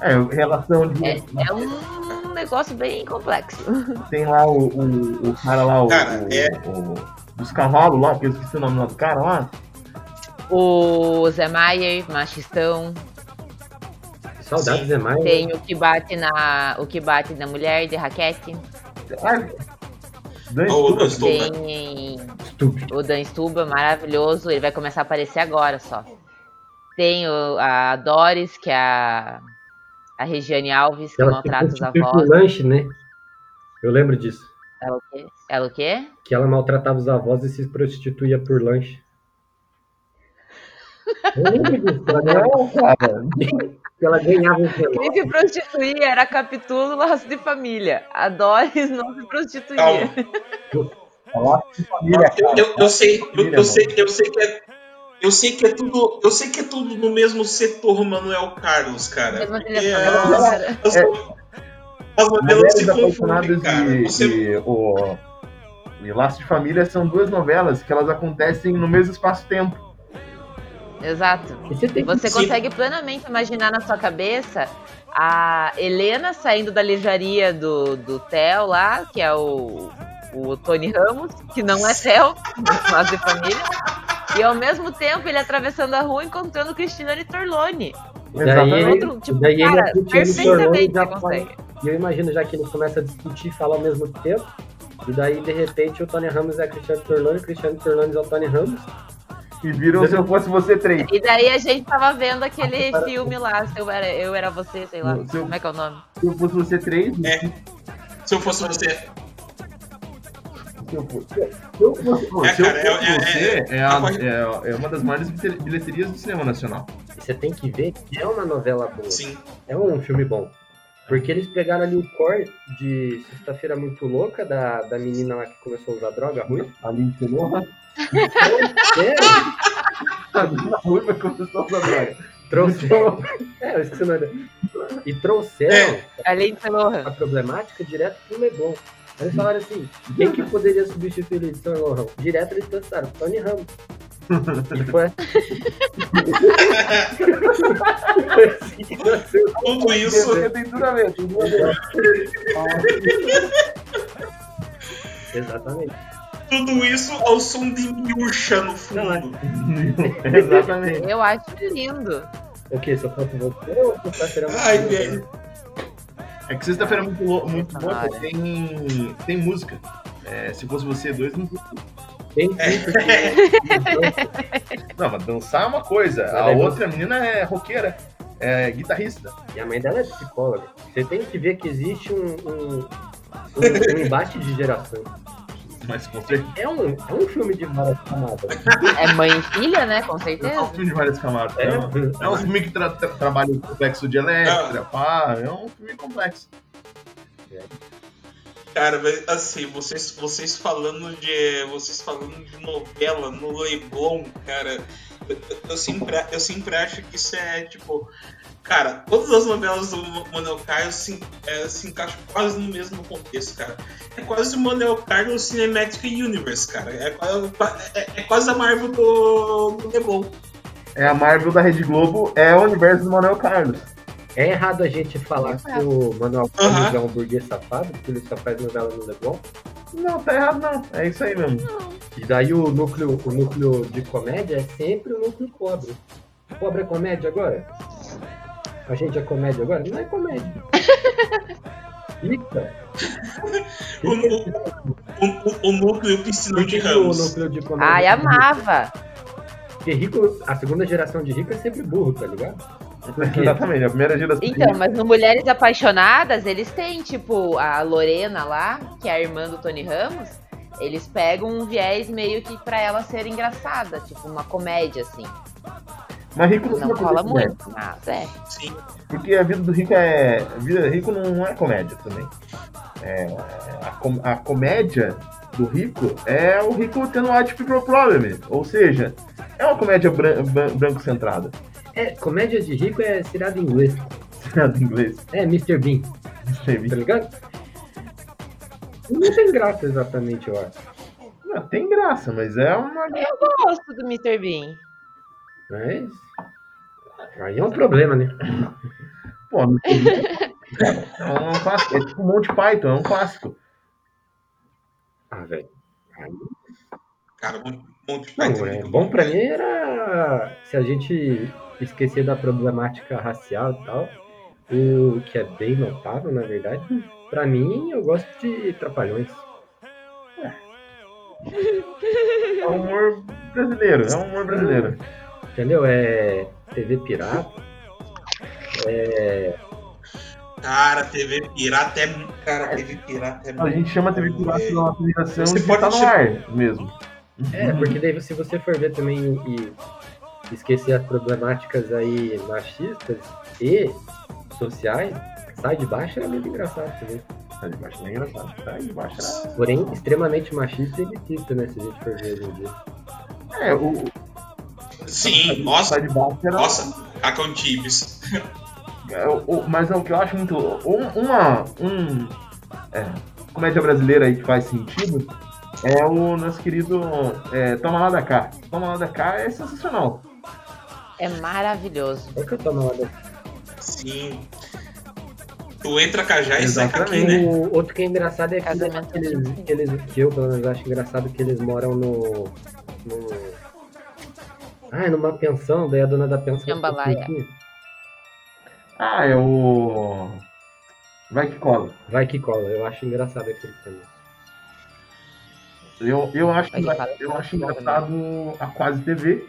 B: É, relação de.
F: É, é um negócio bem complexo.
B: Tem lá o, o, o cara lá, o,
C: Cara,
B: o-
C: é.
B: o- dos cavalos lá, que eu esqueci o nome lá do cara lá.
F: O Zé Maier, machistão.
E: Saudades é mais.
F: Tem o que bate na, o que bate na mulher de raquete.
B: Ai, Dan Stuba.
C: Ô, Stuba.
F: Tem
E: Estúpido.
F: o Dan Stuba, maravilhoso. Ele vai começar a aparecer agora só. Tem o- a Doris, que é a, a Regiane Alves, que
E: Ela
F: maltrata os
E: ficou
F: avós.
E: com lanche, né? Eu lembro disso.
F: Ela o quê? Ela o quê?
E: Que ela maltratava os avós e se prostituía por lanche. Eu lembro disso. Ela ganhava,
B: Não, cara.
E: ela ganhava um relógio.
F: Quem se prostituía era capítulo laço de família. A Doris não se prostituía.
C: Calma.
B: Família,
C: Eu, eu, eu sei, eu,
B: Família,
C: eu sei, eu sei que é. Eu sei que é tudo. Eu sei que é tudo no mesmo setor, Manuel Carlos, cara.
F: Mesma
C: Porque
F: trilha
C: as-
F: sonora, cara.
C: as- As novelas se
B: Mulheres apaixonadas
C: confundem, cara.
B: e,
C: Você,
B: e o e Laço de Família são duas novelas que elas acontecem no mesmo espaço-tempo.
F: Exato.
E: E você tem
F: Você
C: Sim.
F: consegue plenamente imaginar na sua cabeça a Helena saindo da lijaria do, do Theo lá, que é o, o Tony Ramos, que não é Theo, mas de família. E ao mesmo tempo ele atravessando a rua encontrando Cristina
E: E
F: Torlone.
E: daí
B: Exatamente.
E: ele,
F: Outro, tipo,
E: daí ele
F: cara,
E: assiste ele tornou e
F: perfeitamente
E: já
F: você
E: fala.
F: consegue.
E: E eu imagino já que eles começam a discutir e falar ao mesmo tempo. E daí, de repente, o Tony Ramos é a Cristiano Torlani, o Cristiano Torlani é o Tony Ramos.
B: E viram se eu fosse você três.
F: E daí a gente tava vendo aquele
E: Agora-
F: filme lá, se eu era, eu era você, sei lá,
B: Seu-
F: como é que é o nome?
B: Se eu fosse você três,
C: É. Se eu fosse você.
B: se eu fosse.
E: Eu fosse-
G: Pô,
C: É,
G: se eu
C: cara,
G: fosse
C: é- é-
G: você, é, a-
C: pode-
G: é- é uma das maiores bilhe- bilheterias do cinema nacional.
E: Você tem que ver que é uma novela boa.
C: Sim.
E: É um filme bom. Porque eles pegaram ali o core de Sexta-feira Muito Louca, da, da menina lá que começou a usar droga, a Rui.
B: A Lindsay Lohan.
E: É,
B: A
G: tá
B: Lindsay Lohan começou a usar droga.
E: trouxeram. É, eu esqueci o nome dela. E trouxeram
F: Além de Lohan.
E: a problemática direto pro Leblon. Aí eles falaram assim: quem que poderia substituir o Edson Lohan? Direto eles pensaram: Tony Ramos. E foi assim. foi assim que nasceu.
C: Tudo isso.
B: Eu tenho duramento.
E: Exatamente.
C: Tudo isso ao som de miúcha no fundo.
B: Exatamente.
F: Eu acho lindo.
E: O que? Se eu fosse você ou se eu fosse
C: Ai, velho.
E: né?
G: É que sexta-feira é muito, lou- muito
F: Essa
G: louca,
F: área.
G: tem, tem música. É, se fosse você dois, não.
E: Tem sim, porque.
G: Não, mas dançar é uma coisa. A
E: daí
G: outra menina é roqueira, é guitarrista.
E: E a mãe dela é psicóloga. Você tem que ver que existe um, um, um- um embate de geração.
G: Mas com certeza.
E: É um, é um filme de várias camadas.
F: É mãe e filha, né? Com
G: É um
F: certeza.
G: filme de várias camadas. É, um-
E: É.
G: é um filme que tra- tra- trabalha o complexo de Electra, pá. É um filme complexo.
C: Cara, mas, assim, vocês, vocês falando de. Vocês falando de novela no Leblon, cara. eu- Eu sempre, eu sempre acho que isso é tipo. Cara, todas as novelas do Manuel Carlos se, eh, se encaixam quase no mesmo contexto, cara. É quase o Manuel Carlos Cinematic Universe, cara. É, qua- é- é quase a Marvel do, do Leblon.
B: É a Marvel da Rede Globo, é o universo do Manuel Carlos.
E: É errado a gente falar que o Manuel Carlos é um burguês safado, porque ele só faz novela no Leblon.
B: Não, tá errado não. É isso aí mesmo.
E: E daí o núcleo, o núcleo de comédia é sempre o núcleo pobre. Pobre é comédia agora? A gente é comédia agora? Não é comédia. Eita!
C: O, o, o, o núcleo piscinão
E: Por
C: de
E: que que o
C: Ramos.
E: núcleo de comédia?
F: Ai, amava.
E: Porque rico, a segunda geração de rico é sempre burro, tá ligado? Porque
B: Exatamente, é a primeira geração.
F: Então, mas no Mulheres Apaixonadas, eles têm, tipo, a Lorena lá, que é a irmã do Tony Ramos, eles pegam um viés meio que pra ela ser engraçada, tipo, uma comédia, assim.
B: Mas rico não,
F: Não
B: precisa
F: cola
B: fazer comédia, né?
F: muito, mas é.
C: Sim.
B: Porque a vida do rico é. A vida do rico não é comédia também. É, a, com- a comédia do rico é o rico tendo um tipo problem. Ou seja, é uma comédia bran- bran- branco-centrada.
E: é, comédia de rico é tirado em inglês.
B: Centrada em inglês.
E: É Mr. Bean, tá ligado? Não tem graça exatamente, eu acho.
B: Não, tem graça, mas é uma.
F: Eu gosto do Mr. Bean.
E: Mas. né? Aí é um problema, né?
B: Pô, não tem graça. é um clássico. É tipo um Monty Python, é um clássico.
E: Ah, velho.
C: Cara, um monte de
E: Não, é, bom pra mim era se a gente esquecer da problemática racial e tal, o que é bem notável, na verdade. Pra mim, eu gosto de Trapalhões.
B: É um humor brasileiro. É um humor brasileiro.
E: Entendeu? É TV Pirata.
C: Cara, TV pirata é. Cara, TV pirata é.
B: A gente chama a TV Pirata de uma afiliação
C: Você
B: de
C: pode
B: tá no
C: chamar-
B: ar mesmo.
E: É, porque daí se você for ver também e esquecer as problemáticas aí machistas e sociais, sai de baixo era muito engraçado também.
B: Tá debaixo é engraçado. Tá debaixo era-
E: Porém, extremamente machista e elitista, né? Se a gente for ver hoje em dia.
B: É, o,
C: Sim, nossa,
B: Tá de baixo era-
C: nossa, Cacão Tibes.
B: é, o- o- mas é o que eu acho muito. um- uma. Um, é, comédia brasileira aí que faz sentido é o nosso querido é, Toma Lá da Cá. Toma Lá da Cá é sensacional.
F: É maravilhoso.
E: Qual que é o tamanho dele?
C: Sim. Tu entra cajá e sai
B: Exatamente.
C: aqui, né?
E: O outro que é engraçado é que,
F: Casamento
E: que eles,
F: antigo.
E: que eles- que eu pelo menos acho engraçado que eles moram no. no ah, numa pensão, daí a dona da pensão. assim,
F: Jambalaya.
B: Ah, é o. Vai que cola.
E: Vai que cola, eu acho engraçado aquele também.
B: Eu, eu acho,
F: Vai que cola. é né?
B: eu acho engraçado a Quase TV.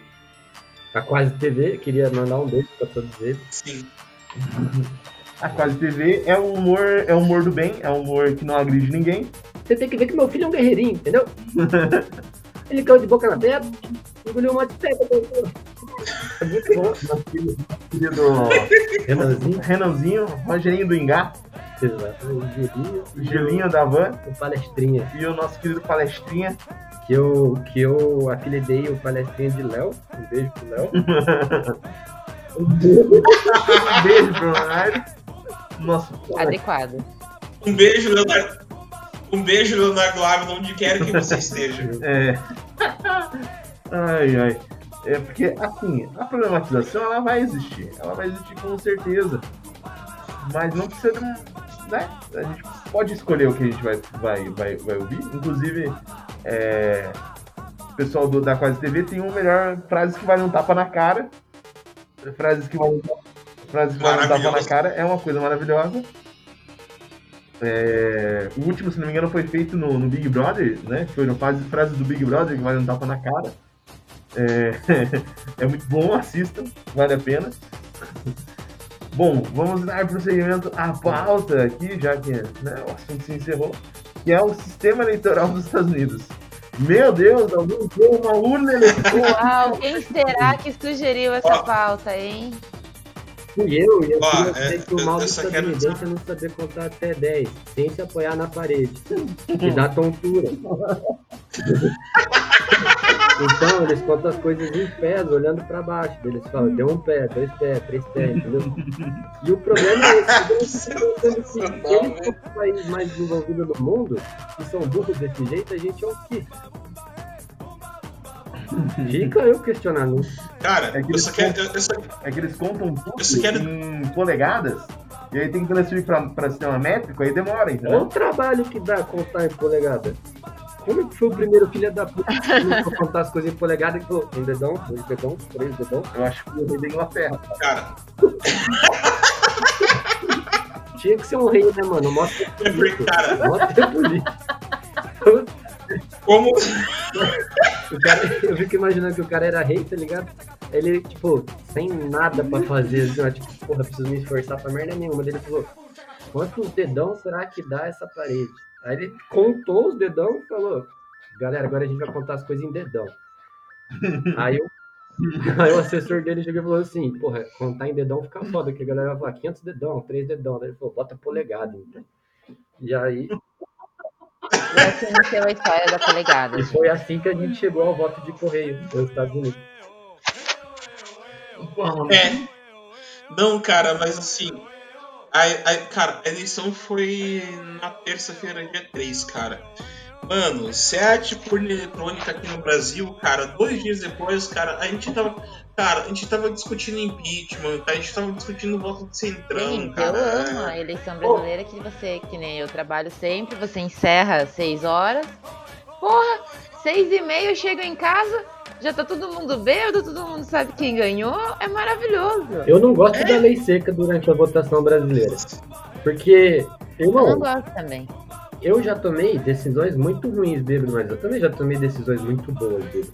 E: A Tá Quase TV, queria mandar um beijo pra todos eles.
C: Sim.
B: A Quase TV é o humor, é o humor do bem, é o humor que não agride ninguém.
E: Você tem que ver que meu filho é um guerreirinho, entendeu? Ele caiu de boca na terra, engoliu um monte de terra. É muito bom.
B: Querido
E: Renanzinho,
B: Renanzinho, Rogerinho do Engar,
E: exato. O Gelinho,
B: o Gelinho da Van
E: o Palestrinha,
B: e o nosso querido Palestrinha.
E: que eu, que eu apelidei o Palestrinha de Léo. Um beijo pro Léo.
B: Um beijo pro Leonardo. Nosso
F: Adequado.
C: Um beijo, Leonardo. Um beijo, Leonardo Ávila, onde quer que você esteja.
B: É. Ai, ai. É porque, assim, a problematização ela vai existir. Ela vai existir com certeza. Mas não precisa de um. Né? A gente pode escolher o que a gente vai, vai, vai, vai ouvir. Inclusive, é, o pessoal do, da Quase TV tem um melhor frases que vale um tapa na cara. Frases que vale um tapa, frases que vale um tapa na
C: Maravilhoso.
B: cara é uma coisa maravilhosa. É, o último, se não me engano, foi feito no, no Big Brother, né? Foi no frase, frase do Big Brother que vale um tapa na cara. É, é muito bom, assistam, vale a pena. Bom, vamos dar prosseguimento à pauta aqui, já que né, o assunto se encerrou, que é o sistema eleitoral dos Estados Unidos. Meu Deus, alguém deu uma urna eleitoral.
F: Uau, quem será que sugeriu essa pauta, hein?
E: Fui eu e eu
C: Ó,
E: queria
C: é,
E: dizer que
C: eu-
E: o mal
C: eu
E: do
C: só quero
E: estadunidense é não saber contar até 10, sem se apoiar na parede, e dá tontura. então eles contam as coisas em pé, olhando pra baixo. Daí Eles falam, deu um pé, dois pés, três pés, entendeu? E o problema é esse, que eles estão pensando que eles
C: né?
E: são o país mais desenvolvido do mundo, que são burros desse jeito, a gente é o quê? Fica eu questionando. um
C: Cara,
B: É que
C: eu
B: eles
C: só quero. Eu, eu só,
B: É que eles contam tudo
C: Eu só quero-
B: em polegadas, e aí tem que transferir pra, pra sistema métrico, aí demora,
E: Olha
B: entendeu?
E: o trabalho que dá contar em polegada. Como é que foi o primeiro filho da puta que começou a contar as coisas em polegada e falou: um dedão, dois dedão, três dedão?
B: Eu acho que o rei da Inglaterra.
C: cara,
E: Tinha que ser um rei, né, mano? Mó tempo
C: É
E: político.
C: brincadeira.
E: Mó tempo político.
C: como.
E: O cara, eu fico imaginando que o cara era rei, tá ligado? Ele, tipo, sem nada pra fazer, assim, ó, tipo, porra, preciso me esforçar pra merda nenhuma. Daí ele falou: quantos dedão será que dá essa parede? Aí ele contou os dedão e falou: galera, agora a gente vai contar as coisas em dedão. Aí eu. Aí o assessor dele chegou e falou assim, porra, contar em dedão fica foda, que a galera vai falar 500 dedão, 3 dedão, daí ele falou, bota polegada, então. E aí,
F: Essa nasceu a história da polegada.
E: e foi assim que a gente chegou ao voto de correio nos Estados Unidos.
C: É. Não, cara, mas assim. A, a- cara, a eleição foi na terça-feira, dia 3, cara. Mano, sete por eletrônica aqui no Brasil, cara, dois dias depois, cara, a gente tava. Cara, a gente tava discutindo impeachment, a gente tava discutindo voto de centrão,
F: Gente, eu
C: cara. é.
F: amo a eleição brasileira que você, que nem eu trabalho sempre, você encerra às seis horas. Porra, seis e meia eu chego em casa, já tá todo mundo bêbado, todo mundo sabe quem ganhou. É maravilhoso.
E: Eu não gosto
F: É.
E: da lei seca durante a votação brasileira. Porque,
F: Eu não
E: irmão,
F: gosto também.
E: eu já tomei decisões muito ruins, bêbado, mas eu também já tomei decisões muito boas, bêbado.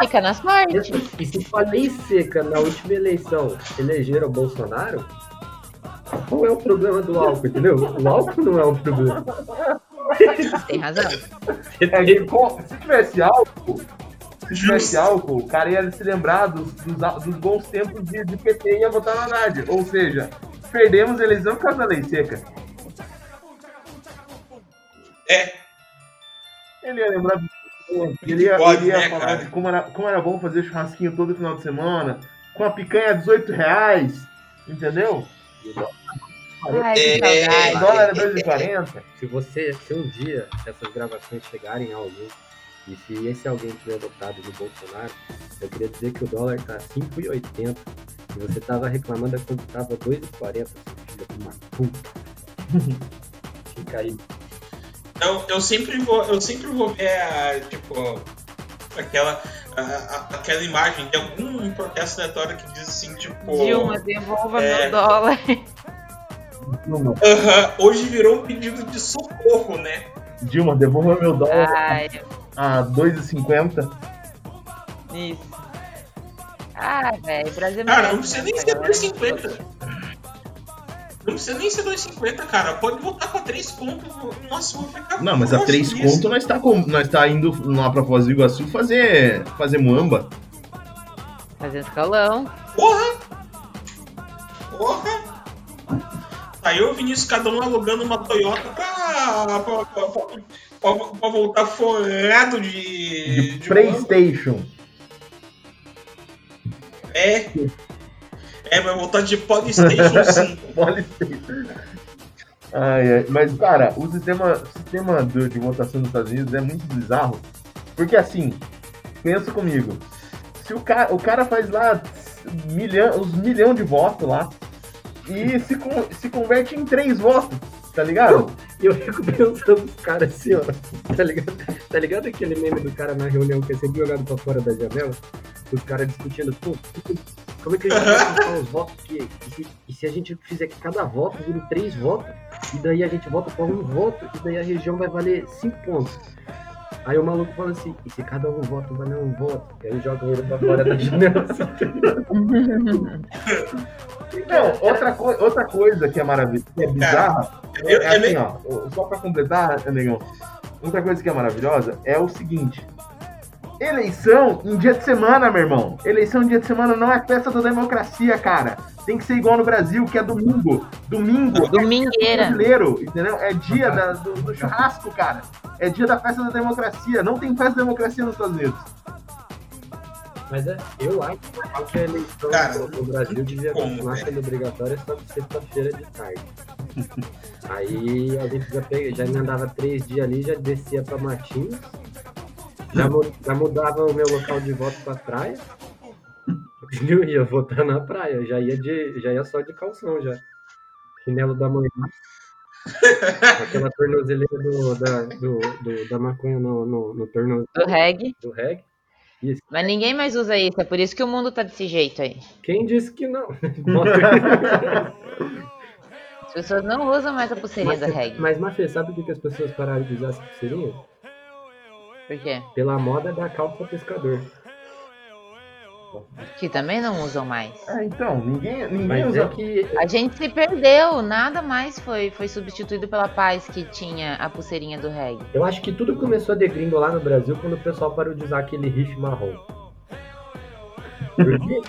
F: Fica na sorte.
E: E se a lei seca na última eleição elegeram o Bolsonaro, qual é o problema do álcool, entendeu? O álcool não é um problema.
F: Tem razão.
E: Você
B: É que
E: tem-
B: com- se tivesse álcool, se tivesse álcool, o cara ia se lembrar dos, dos, á- dos bons tempos de, de PT e ia votar na Nádia. Ou seja, perdemos a eleição por causa da lei seca.
C: É.
B: Ele ia lembrar do ele ia,
C: Pode,
B: ele ia
C: né,
B: falar
C: cara?
B: de como era, como era bom fazer churrasquinho todo final de semana, com a picanha a 18 reais, entendeu?
F: Ai, que
C: É.
B: O
F: saudade.
B: dólar era 2,40.
E: Se você, se um dia essas gravações chegarem ao vivo, E se esse alguém tiver votado no Bolsonaro, eu queria dizer que o dólar tá 5,80 e você tava reclamando quando tava 2,40, seu filho de uma puta. Fica aí.
C: Eu, eu sempre vou, eu sempre vou ver a, tipo, aquela, a- a- aquela imagem de algum protesto aleatório que diz assim, tipo.
F: Dilma, devolva
C: É.
F: meu dólar.
B: Dilma,
C: "Aham, hoje virou um pedido de socorro, né?
B: Dilma, devolva meu dólar
F: Ai,
B: a 2,50.
F: isso. Ah, velho, o Brasil
C: Cara,
F: merece,
C: não precisa
F: né,
C: nem
F: essa
C: ser
F: galera?
C: 250. Não precisa nem ser 250, cara. Pode voltar pra 3 conto. Nossa, eu vou ficar.
G: Não, mas a
C: roxo
G: três
C: disso.
G: conto nós tá, com- nós tá indo lá pra Foz do Iguaçu fazer, fazer muamba.
F: Fazendo escalão.
C: Porra! Porra! Aí o Vinícius cada um alugando uma Toyota pra, pra, pra- pra- pra- pra voltar forrado de. de
B: PlayStation.
C: É. É, vai voltar de Polystation 5.
B: PlayStation. Ai, ai. Mas, cara, o sistema, o sistema de, de votação nos Estados Unidos é muito bizarro. Porque, assim, pensa comigo. Se o, ca o cara faz lá milhão, os milhão de votos lá e se, con- se converte em três votos, tá ligado?
E: E eu fico pensando nos caras assim, ó. Tá ligado? Tá ligado aquele meme do cara na reunião que é sempre jogado pra fora da janela? Os caras discutindo, pô, como é que a gente vai contar os votos? Que, e, se, e se a gente fizer que cada voto vire três votos, e daí a gente vota por um voto, e daí a região vai valer cinco pontos. Aí o maluco fala assim, e se cada um voto valer um voto? E aí joga ele pra fora da janela. Assim,
B: Não, outra, coi- outra coisa que é maravilhosa, que é bizarra, é,
C: eu- eu
B: assim,
C: nem-
B: ó, só pra completar, negão, outra coisa que é maravilhosa é o seguinte. Eleição em dia de semana, meu irmão. Eleição em dia de semana não é festa da democracia, cara. Tem que ser igual no Brasil, que é domingo. Domingo é
F: Domingueira.
B: brasileiro, entendeu? É dia da- do, do churrasco, cara. É dia da festa da democracia. Não tem festa da democracia nos Estados Unidos.
E: Mas é, eu acho que a eleição
C: Cara,
E: no- no Brasil devia
C: como,
E: continuar
C: velho?
E: sendo obrigatória só de sexta-feira de tarde. Aí a gente já, pega, já emendava três dias ali, já descia pra Martins, já, mu- já mudava o meu local de voto pra praia. Eu ia votar na praia, já ia, de, já ia só de calção já. Chinelo da manhã. Aquela tornozeleira do, da, do, do- da maconha no, no, no tornozelo
F: Do reggae.
E: do reggae.
F: Mas ninguém mais usa isso. É por isso que o mundo tá desse jeito aí.
E: Quem disse que não? Bota-
F: As pessoas não usam mais a pulseirinha do reggae.
E: Mas, Mafê, sabe por que que as pessoas pararam de usar essa pulseirinha?
F: Por quê?
E: Pela moda da calça pescador.
F: Que também não usam mais.
B: Ah, então, ninguém, ninguém
E: Mas
B: usa
E: é que
F: A gente se perdeu. Nada mais foi, foi substituído pela paz que tinha a pulseirinha do reggae.
E: eu acho que tudo começou a degringolar no Brasil quando o pessoal parou de usar aquele riff marrom. Porque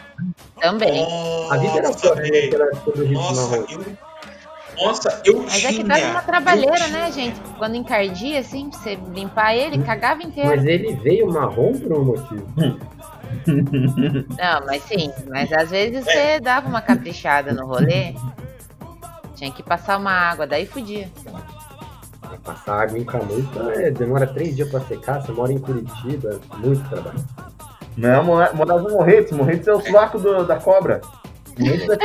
F: Também.
E: a vida era
C: Nossa,
E: fora né,
C: velho.
E: pela época do riff
C: Nossa,
E: marrom.
C: eu. Nossa, eu
F: Mas é que
C: tinha- um
F: dava uma
C: eu
F: trabalheira,
C: tinha-
F: né, gente? Quando encardia, assim, pra você limpar ele, cagava inteiro.
E: Mas ele veio marrom por um motivo.
F: Não, mas sim, mas às vezes você dava uma caprichada no rolê, tinha que passar uma água, daí fudia.
E: Pra Passar água em Camuta é, demora três dias pra secar, você mora em Curitiba, muito trabalho.
B: Não, mora- morava no Morretes. Morretes é o suaco do- da cobra. Morretes é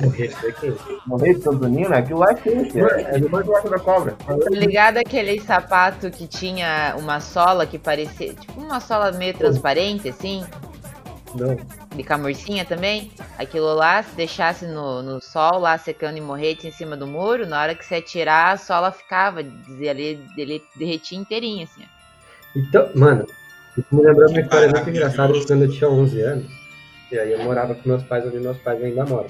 E: Morrer, foi quente.
B: Morretes, Santonina, aquilo lá é quente. É, é do suaco da cobra.
F: Tá ligado aquele sapato que tinha uma sola que parecia, tipo uma sola meio transparente, assim,
E: Não.
F: de camurcinha também? Aquilo lá, se deixasse no, no sol, lá secando e morrete em cima do muro, na hora que você tirar, a sola ficava, dizia ali, ele derretia inteirinho, assim. ó.
E: Então, mano, isso me lembrou uma
C: Que
E: história muito
C: maravilhoso.
E: engraçada de quando eu tinha 11 anos. E aí eu morava com meus pais, onde meus pais ainda moram.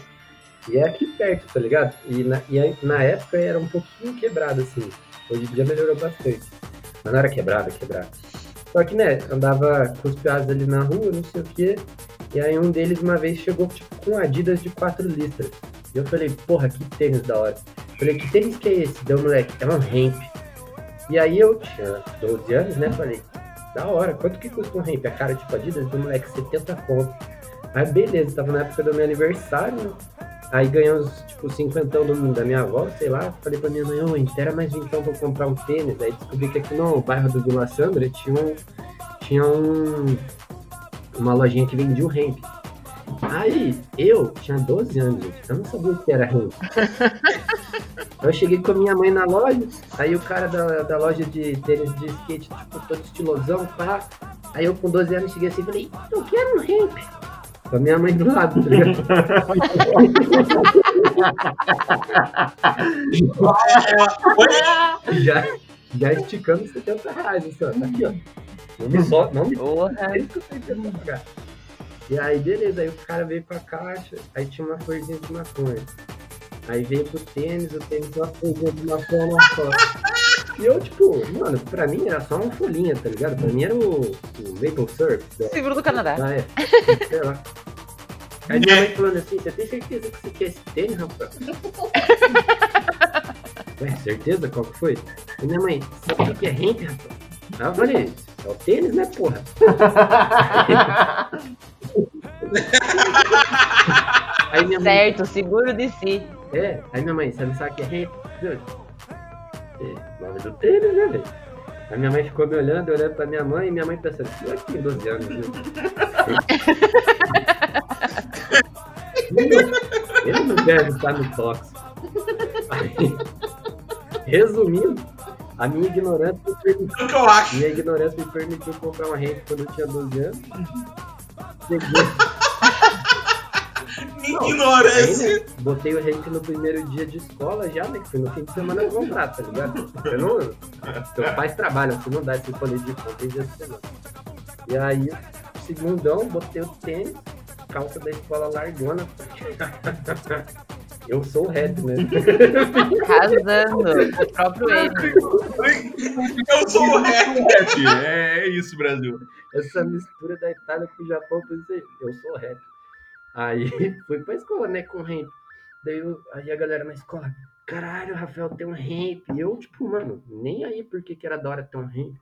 E: E é aqui perto, tá ligado? E na, e aí, na época era um pouquinho quebrado, assim. Hoje em dia melhorou bastante. Mas não era quebrado, quebrado. Só que, né, andava com os piados ali na rua, não sei o quê. E aí um deles uma vez chegou, tipo, com adidas de 4 litros. E eu falei, porra, que tênis da hora. Falei, que tênis que é esse? Deu, moleque, é um ramp. E aí eu tinha 12 anos, né? Falei, da hora, quanto que custa um ramp? A cara, tipo, Adidas do moleque, 70 conto. Aí beleza, tava na época do meu aniversário, né? Aí ganhei uns, tipo, tipo, cinquentão do, da minha avó, sei lá. Falei pra minha mãe, ô, inteira mais vintão pra eu comprar um tênis. Aí descobri que aqui no bairro do Vila Sandra tinha um... Tinha um... Uma lojinha que vendia o Hemp. Aí, eu tinha 12 anos, gente. Eu não sabia o que era Hemp. Eu cheguei com a minha mãe na loja, aí o cara da, da loja de tênis de skate, tipo, todo estilosão, pá. Aí eu com 12 anos cheguei assim e falei, eu quero um hemp. Com a minha mãe do lado, tá ligado? já, já esticando 70 reais, assim, ó. Tá aqui, ó. Não me solta, não me
F: Porra.
E: é isso que eu tô entendendo, cara. E aí, beleza, aí o cara veio com a caixa, aí tinha uma florzinha de maconha. Aí veio pro tênis, o tênis com uma florzinha de maconha lá fora. E eu, tipo, mano, pra mim era só uma folhinha, tá ligado? Pra mim era o, o Maple Syrup. né? da-
F: Seguro do Canadá.
E: ah, é. Sei lá. Aí minha mãe falando assim, você tem certeza que você quer esse tênis, rapaz? Ué, certeza? Qual que foi? E minha mãe, sabe o que é rente, rapaz? Ah, eu falei, é o tênis, né, porra? Aí minha mãe,
F: Certo, seguro de si.
E: é, aí minha mãe, você não sabe o que é rei? É, nome do tênis, né, velho? A minha mãe ficou me olhando, olhando pra minha mãe, e minha mãe pensando, eu aqui, 12 anos, né? Não, Ele não deve estar no tóxico. Aí, resumindo, a minha ignorância me permitiu,
F: né?
C: O que eu acho?
E: minha ignorância me permitiu comprar uma rente quando eu tinha 12 anos. Cheguei
C: Ignorância.
E: Aí, né, Botei o rank no primeiro dia de escola já, né? Que foi no fim de semana comprar, tá ligado? Você não. Seus pais trabalham, você não dá esse poder de compra em dia de semana. E aí, segundão, botei o tênis, calça da escola largona. Eu sou o Red, né?
F: Arrasando. O próprio ele.
C: Eu sou o ré.
G: É, é isso, Brasil.
E: Essa mistura da Itália com o Japão, eu pensei, eu sou o Red. Aí fui pra escola, né, com o Ramp. Daí eu- aí a galera na escola, caralho, Rafael tem um Ramp. E eu, tipo, mano, nem aí porque que era da hora ter um Ramp.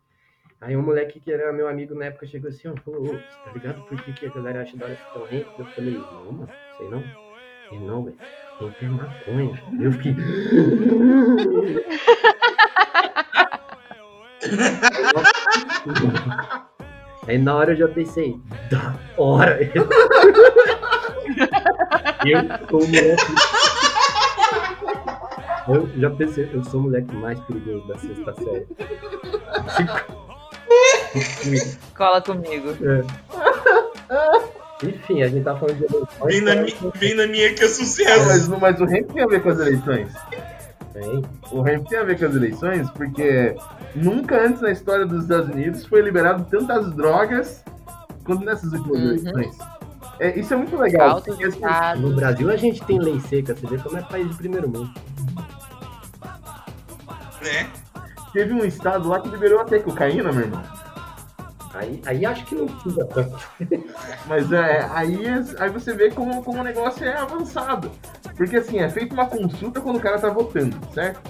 E: Aí um moleque que era meu amigo na época chegou assim, ó, ô, ô, você tá ligado por que, que a galera acha da hora ter um Ramp? Eu falei, não, mano, sei não. Ele, não, velho, Ramp é maconha. Eu fiquei... Aí na hora eu já pensei, da hora. eu sou o moleque. Eu já pensei, eu sou o moleque mais perigoso da sexta série.
F: Cola comigo.
E: Enfim, a gente tá falando de eleições.
C: Vem na, mi- vem na minha que é
B: Ah,
C: sucesso.
B: mas, mas o Ramp tem a ver com as eleições.
E: Bem,
B: O Ramp tem a ver com as eleições porque nunca antes na história dos Estados Unidos foi liberado tantas drogas quanto nessas últimas
F: Uhum.
B: eleições. É, isso é muito legal.
F: Altos
B: porque, assim,
E: No
F: estados.
E: Brasil a gente tem lei seca, você vê como é país de primeiro mundo.
C: Né?
B: teve um estado lá que liberou até cocaína, meu irmão.
E: Aí, aí acho que não precisa tanto.
B: Mas é, aí, aí você vê como, como o negócio é avançado. Porque assim, é feita uma consulta quando o cara tá votando, certo?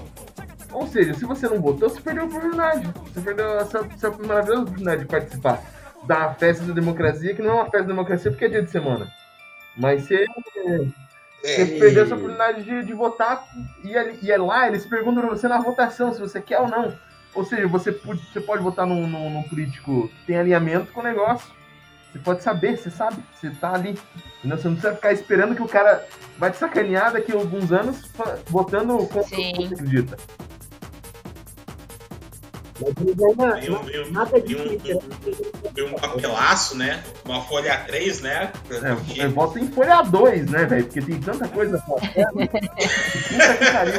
B: Ou seja, se você não votou, você perdeu a oportunidade. Você perdeu essa, essa maravilhosa oportunidade de participar da festa da democracia, que não é uma festa da democracia porque é dia de semana. Mas você, você
C: É.
B: perdeu essa oportunidade de, de votar e, ali- e é lá eles perguntam pra você na votação se você quer ou não. Ou seja, você pode, você pode votar num, num- num político que tem alinhamento com o negócio. Você pode saber, você sabe, você tá ali. Entendeu? Você não precisa ficar esperando que o cara vai te sacanear daqui a alguns anos fa- votando contra
F: Sim.
B: o que você acredita.
E: Mas eles
F: Ah,
E: ainda-
C: Vem um, vem um,
E: Nada de
C: vem um,
E: lei seca.
C: vem um papelaço, né? Uma folha A3, né?
B: É,
C: Porque-
B: é, vota em folha 2, né, velho? Porque tem tanta coisa pra né? Puta que pariu.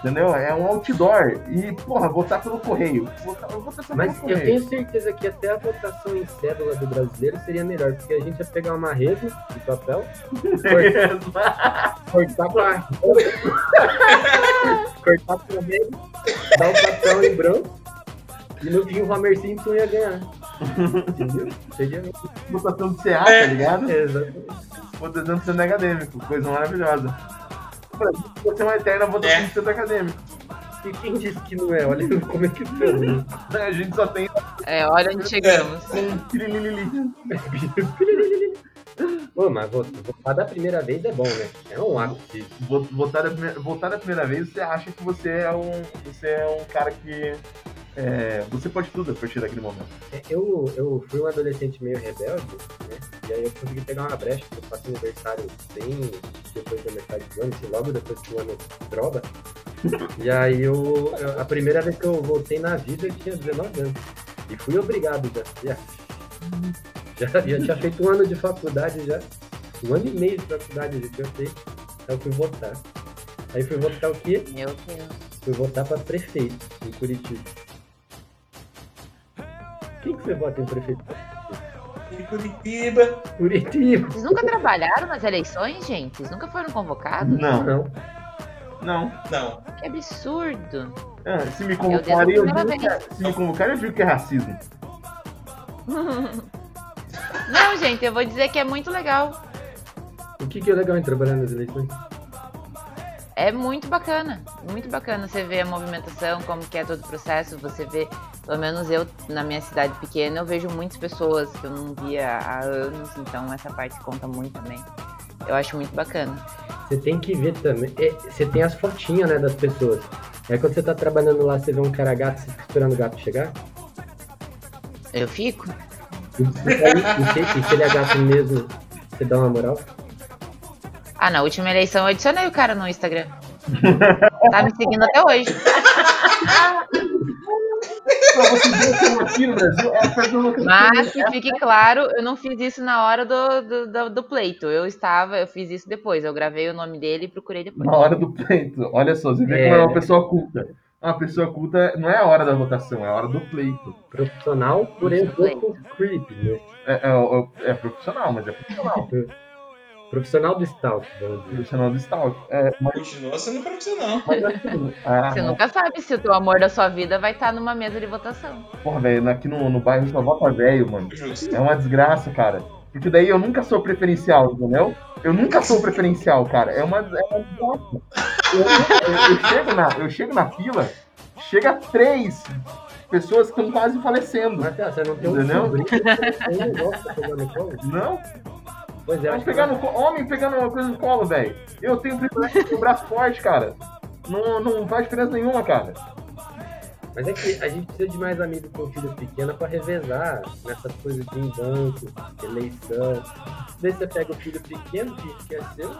B: Entendeu? É um outdoor. E, porra, votar pelo correio. Votar, votação
E: Mas
B: pelo
E: eu
B: correio.
E: tenho certeza que até a votação em cédula do brasileiro seria melhor, porque a gente ia pegar uma rede de papel, cortar pra. cortar pra rede, dar o papel em branco, e no fim o Homer Simpson ia ganhar. Entendeu? Seria
B: votação do CA,
C: É.
B: tá ligado?
E: Exatamente.
B: Votação do centro acadêmico, coisa maravilhosa. O Brasil vai ser uma eterna votação
C: É.
B: do centro acadêmico.
E: E quem disse que não é? Olha como é que foi.
B: Né, A gente só tem
F: É, olha onde chegamos.
B: um pirililili.
E: Pô, mas vo- votar da primeira vez é bom, né? É um ato.
B: Vo- Votar a, primeira, votar a primeira vez, você acha que você é um, você é um cara que. é, você pode tudo a partir daquele momento.
E: É, Eu, eu fui um adolescente meio rebelde, né? E aí eu consegui pegar uma brecha, porque eu faço aniversário bem depois da metade do ano, assim, logo depois que o ano droga. E aí eu, eu- a primeira vez que eu voltei na vida eu tinha 19 anos. E fui obrigado já. Já, já, já tinha feito um ano de faculdade já. Um ano e meio de faculdade já tinha feito. Então eu fui votar. Aí fui votar o quê?
F: Meu Deus.
E: Fui votar pra prefeito em Curitiba. Quem que você vota em prefeito?
C: Em Curitiba.
E: Curitiba?
F: Vocês nunca trabalharam nas eleições, gente? Vocês nunca foram convocados?
B: Não,
E: Não.
B: não.
C: Não.
F: Que absurdo.
B: Ah, se me
F: Eu dei a
B: convocarem, eu
F: primeira
B: digo
F: vez.
B: que é, se me convocarem, eu digo que é racismo.
F: Não, gente, eu vou dizer que é muito legal.
E: O que, que é legal em trabalhar nas eleições?
F: É muito bacana, muito bacana você ver a movimentação, como que é todo o processo, você vê, pelo menos eu na minha cidade pequena, eu vejo muitas pessoas que eu não via há anos, então essa parte conta muito também. Eu acho muito bacana.
E: Você tem que ver também. é, você tem as fotinhas, né, das pessoas. Aí quando você tá trabalhando lá, você vê um cara gato, você fica esperando o gato chegar.
F: Eu fico?
E: E, aí, e se, e se ele é gato mesmo, você dá uma moral.
F: Ah, na última eleição eu adicionei o cara no Instagram. Tá me seguindo até hoje.
B: Pra você ver como aqui no Brasil é fazer uma
F: Mas que fique claro, eu não fiz isso na hora do, do, do- do pleito. Eu estava, eu fiz isso depois. Eu gravei o nome dele e procurei depois.
B: Na hora do pleito. Olha só, você vê
E: É.
B: como é uma pessoa culta. Uma pessoa culta não é a hora da votação, é a hora do pleito.
E: Profissional, porém um pouco creepy, né?
B: É, é- é profissional, mas é profissional.
E: Profissional do stalk, vamos dizer.
B: profissional do Stalk. É, mas,
C: Continua sendo profissional.
B: mas assim, a-
F: Você nunca sabe se o teu amor da sua vida vai estar numa mesa de votação.
B: porra, velho, aqui no, no bairro só vota velho, mano.
C: Justo.
B: É uma desgraça, cara. Porque daí eu nunca sou preferencial, entendeu? Eu nunca sou preferencial, cara. É uma, é uma desgraça. Eu, eu- eu chego na, eu chego na fila, chega três pessoas que estão quase falecendo.
E: Mas cara, você não tem um
B: Entendeu?
E: sobrinho, você não gosta de pegar no colo?
B: Não?
E: Pois é,
B: Eu
E: acho
B: acho
E: que
B: pegar no co- Homem pegando uma coisa no colo, velho. Eu tenho o privilégio de ter um braço forte, cara. Não, não faz diferença nenhuma, cara.
E: Mas é que a gente precisa de mais amigos com filhos pequena pra revezar nessas coisas de em banco, eleição. Daí você pega o filho pequeno que que é seu,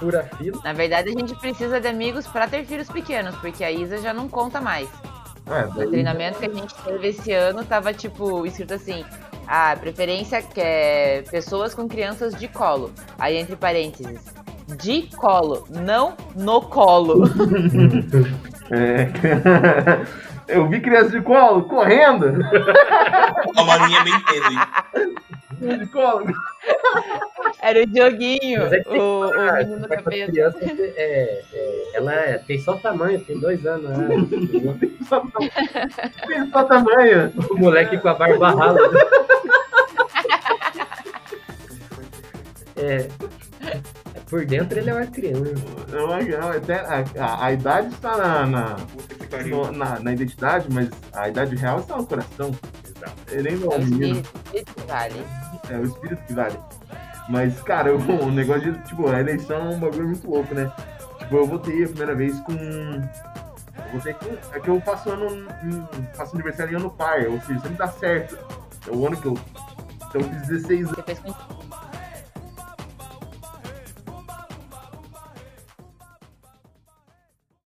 E: pura fila.
F: Na verdade, a gente precisa de amigos pra ter filhos pequenos, porque a Isa já não conta mais.
B: É,
F: No treinamento que a gente teve esse ano, tava tipo escrito assim: a preferência que é pessoas com crianças de colo. Aí entre parênteses, de colo, não no colo.
B: É. Eu vi criança de colo correndo.
C: É uma linha bem tênue.
B: Criança de colo.
F: Era o Dioguinho,
E: Mas é que tem que
F: o, o
E: Ah,
F: menino
E: você vai com a
F: capeta.
E: criança, você- é, é, ela é- tem só tamanho, tem dois anos. né?
B: Tem só tamanho.
E: O moleque com a barba rala. É, por dentro ele é uma criança.
B: Não, não, até a, a- a idade está na, na,
C: Puta que pariu.
B: no- na, na identidade, mas a idade real está no coração. Ele ainda
F: É
B: é
F: o
B: um menino.
F: espírito, o espírito que vale.
B: É o espírito que vale. Mas, cara, eu- o negócio de, tipo, a eleição é um bagulho muito louco, né? Tipo, eu votei a primeira vez com. Eu votei com. É que eu faço ano. em- Faço aniversário em ano par, ou seja, sempre dá certo. É o ano que eu. Então eu fiz 16 anos.
F: Você fez com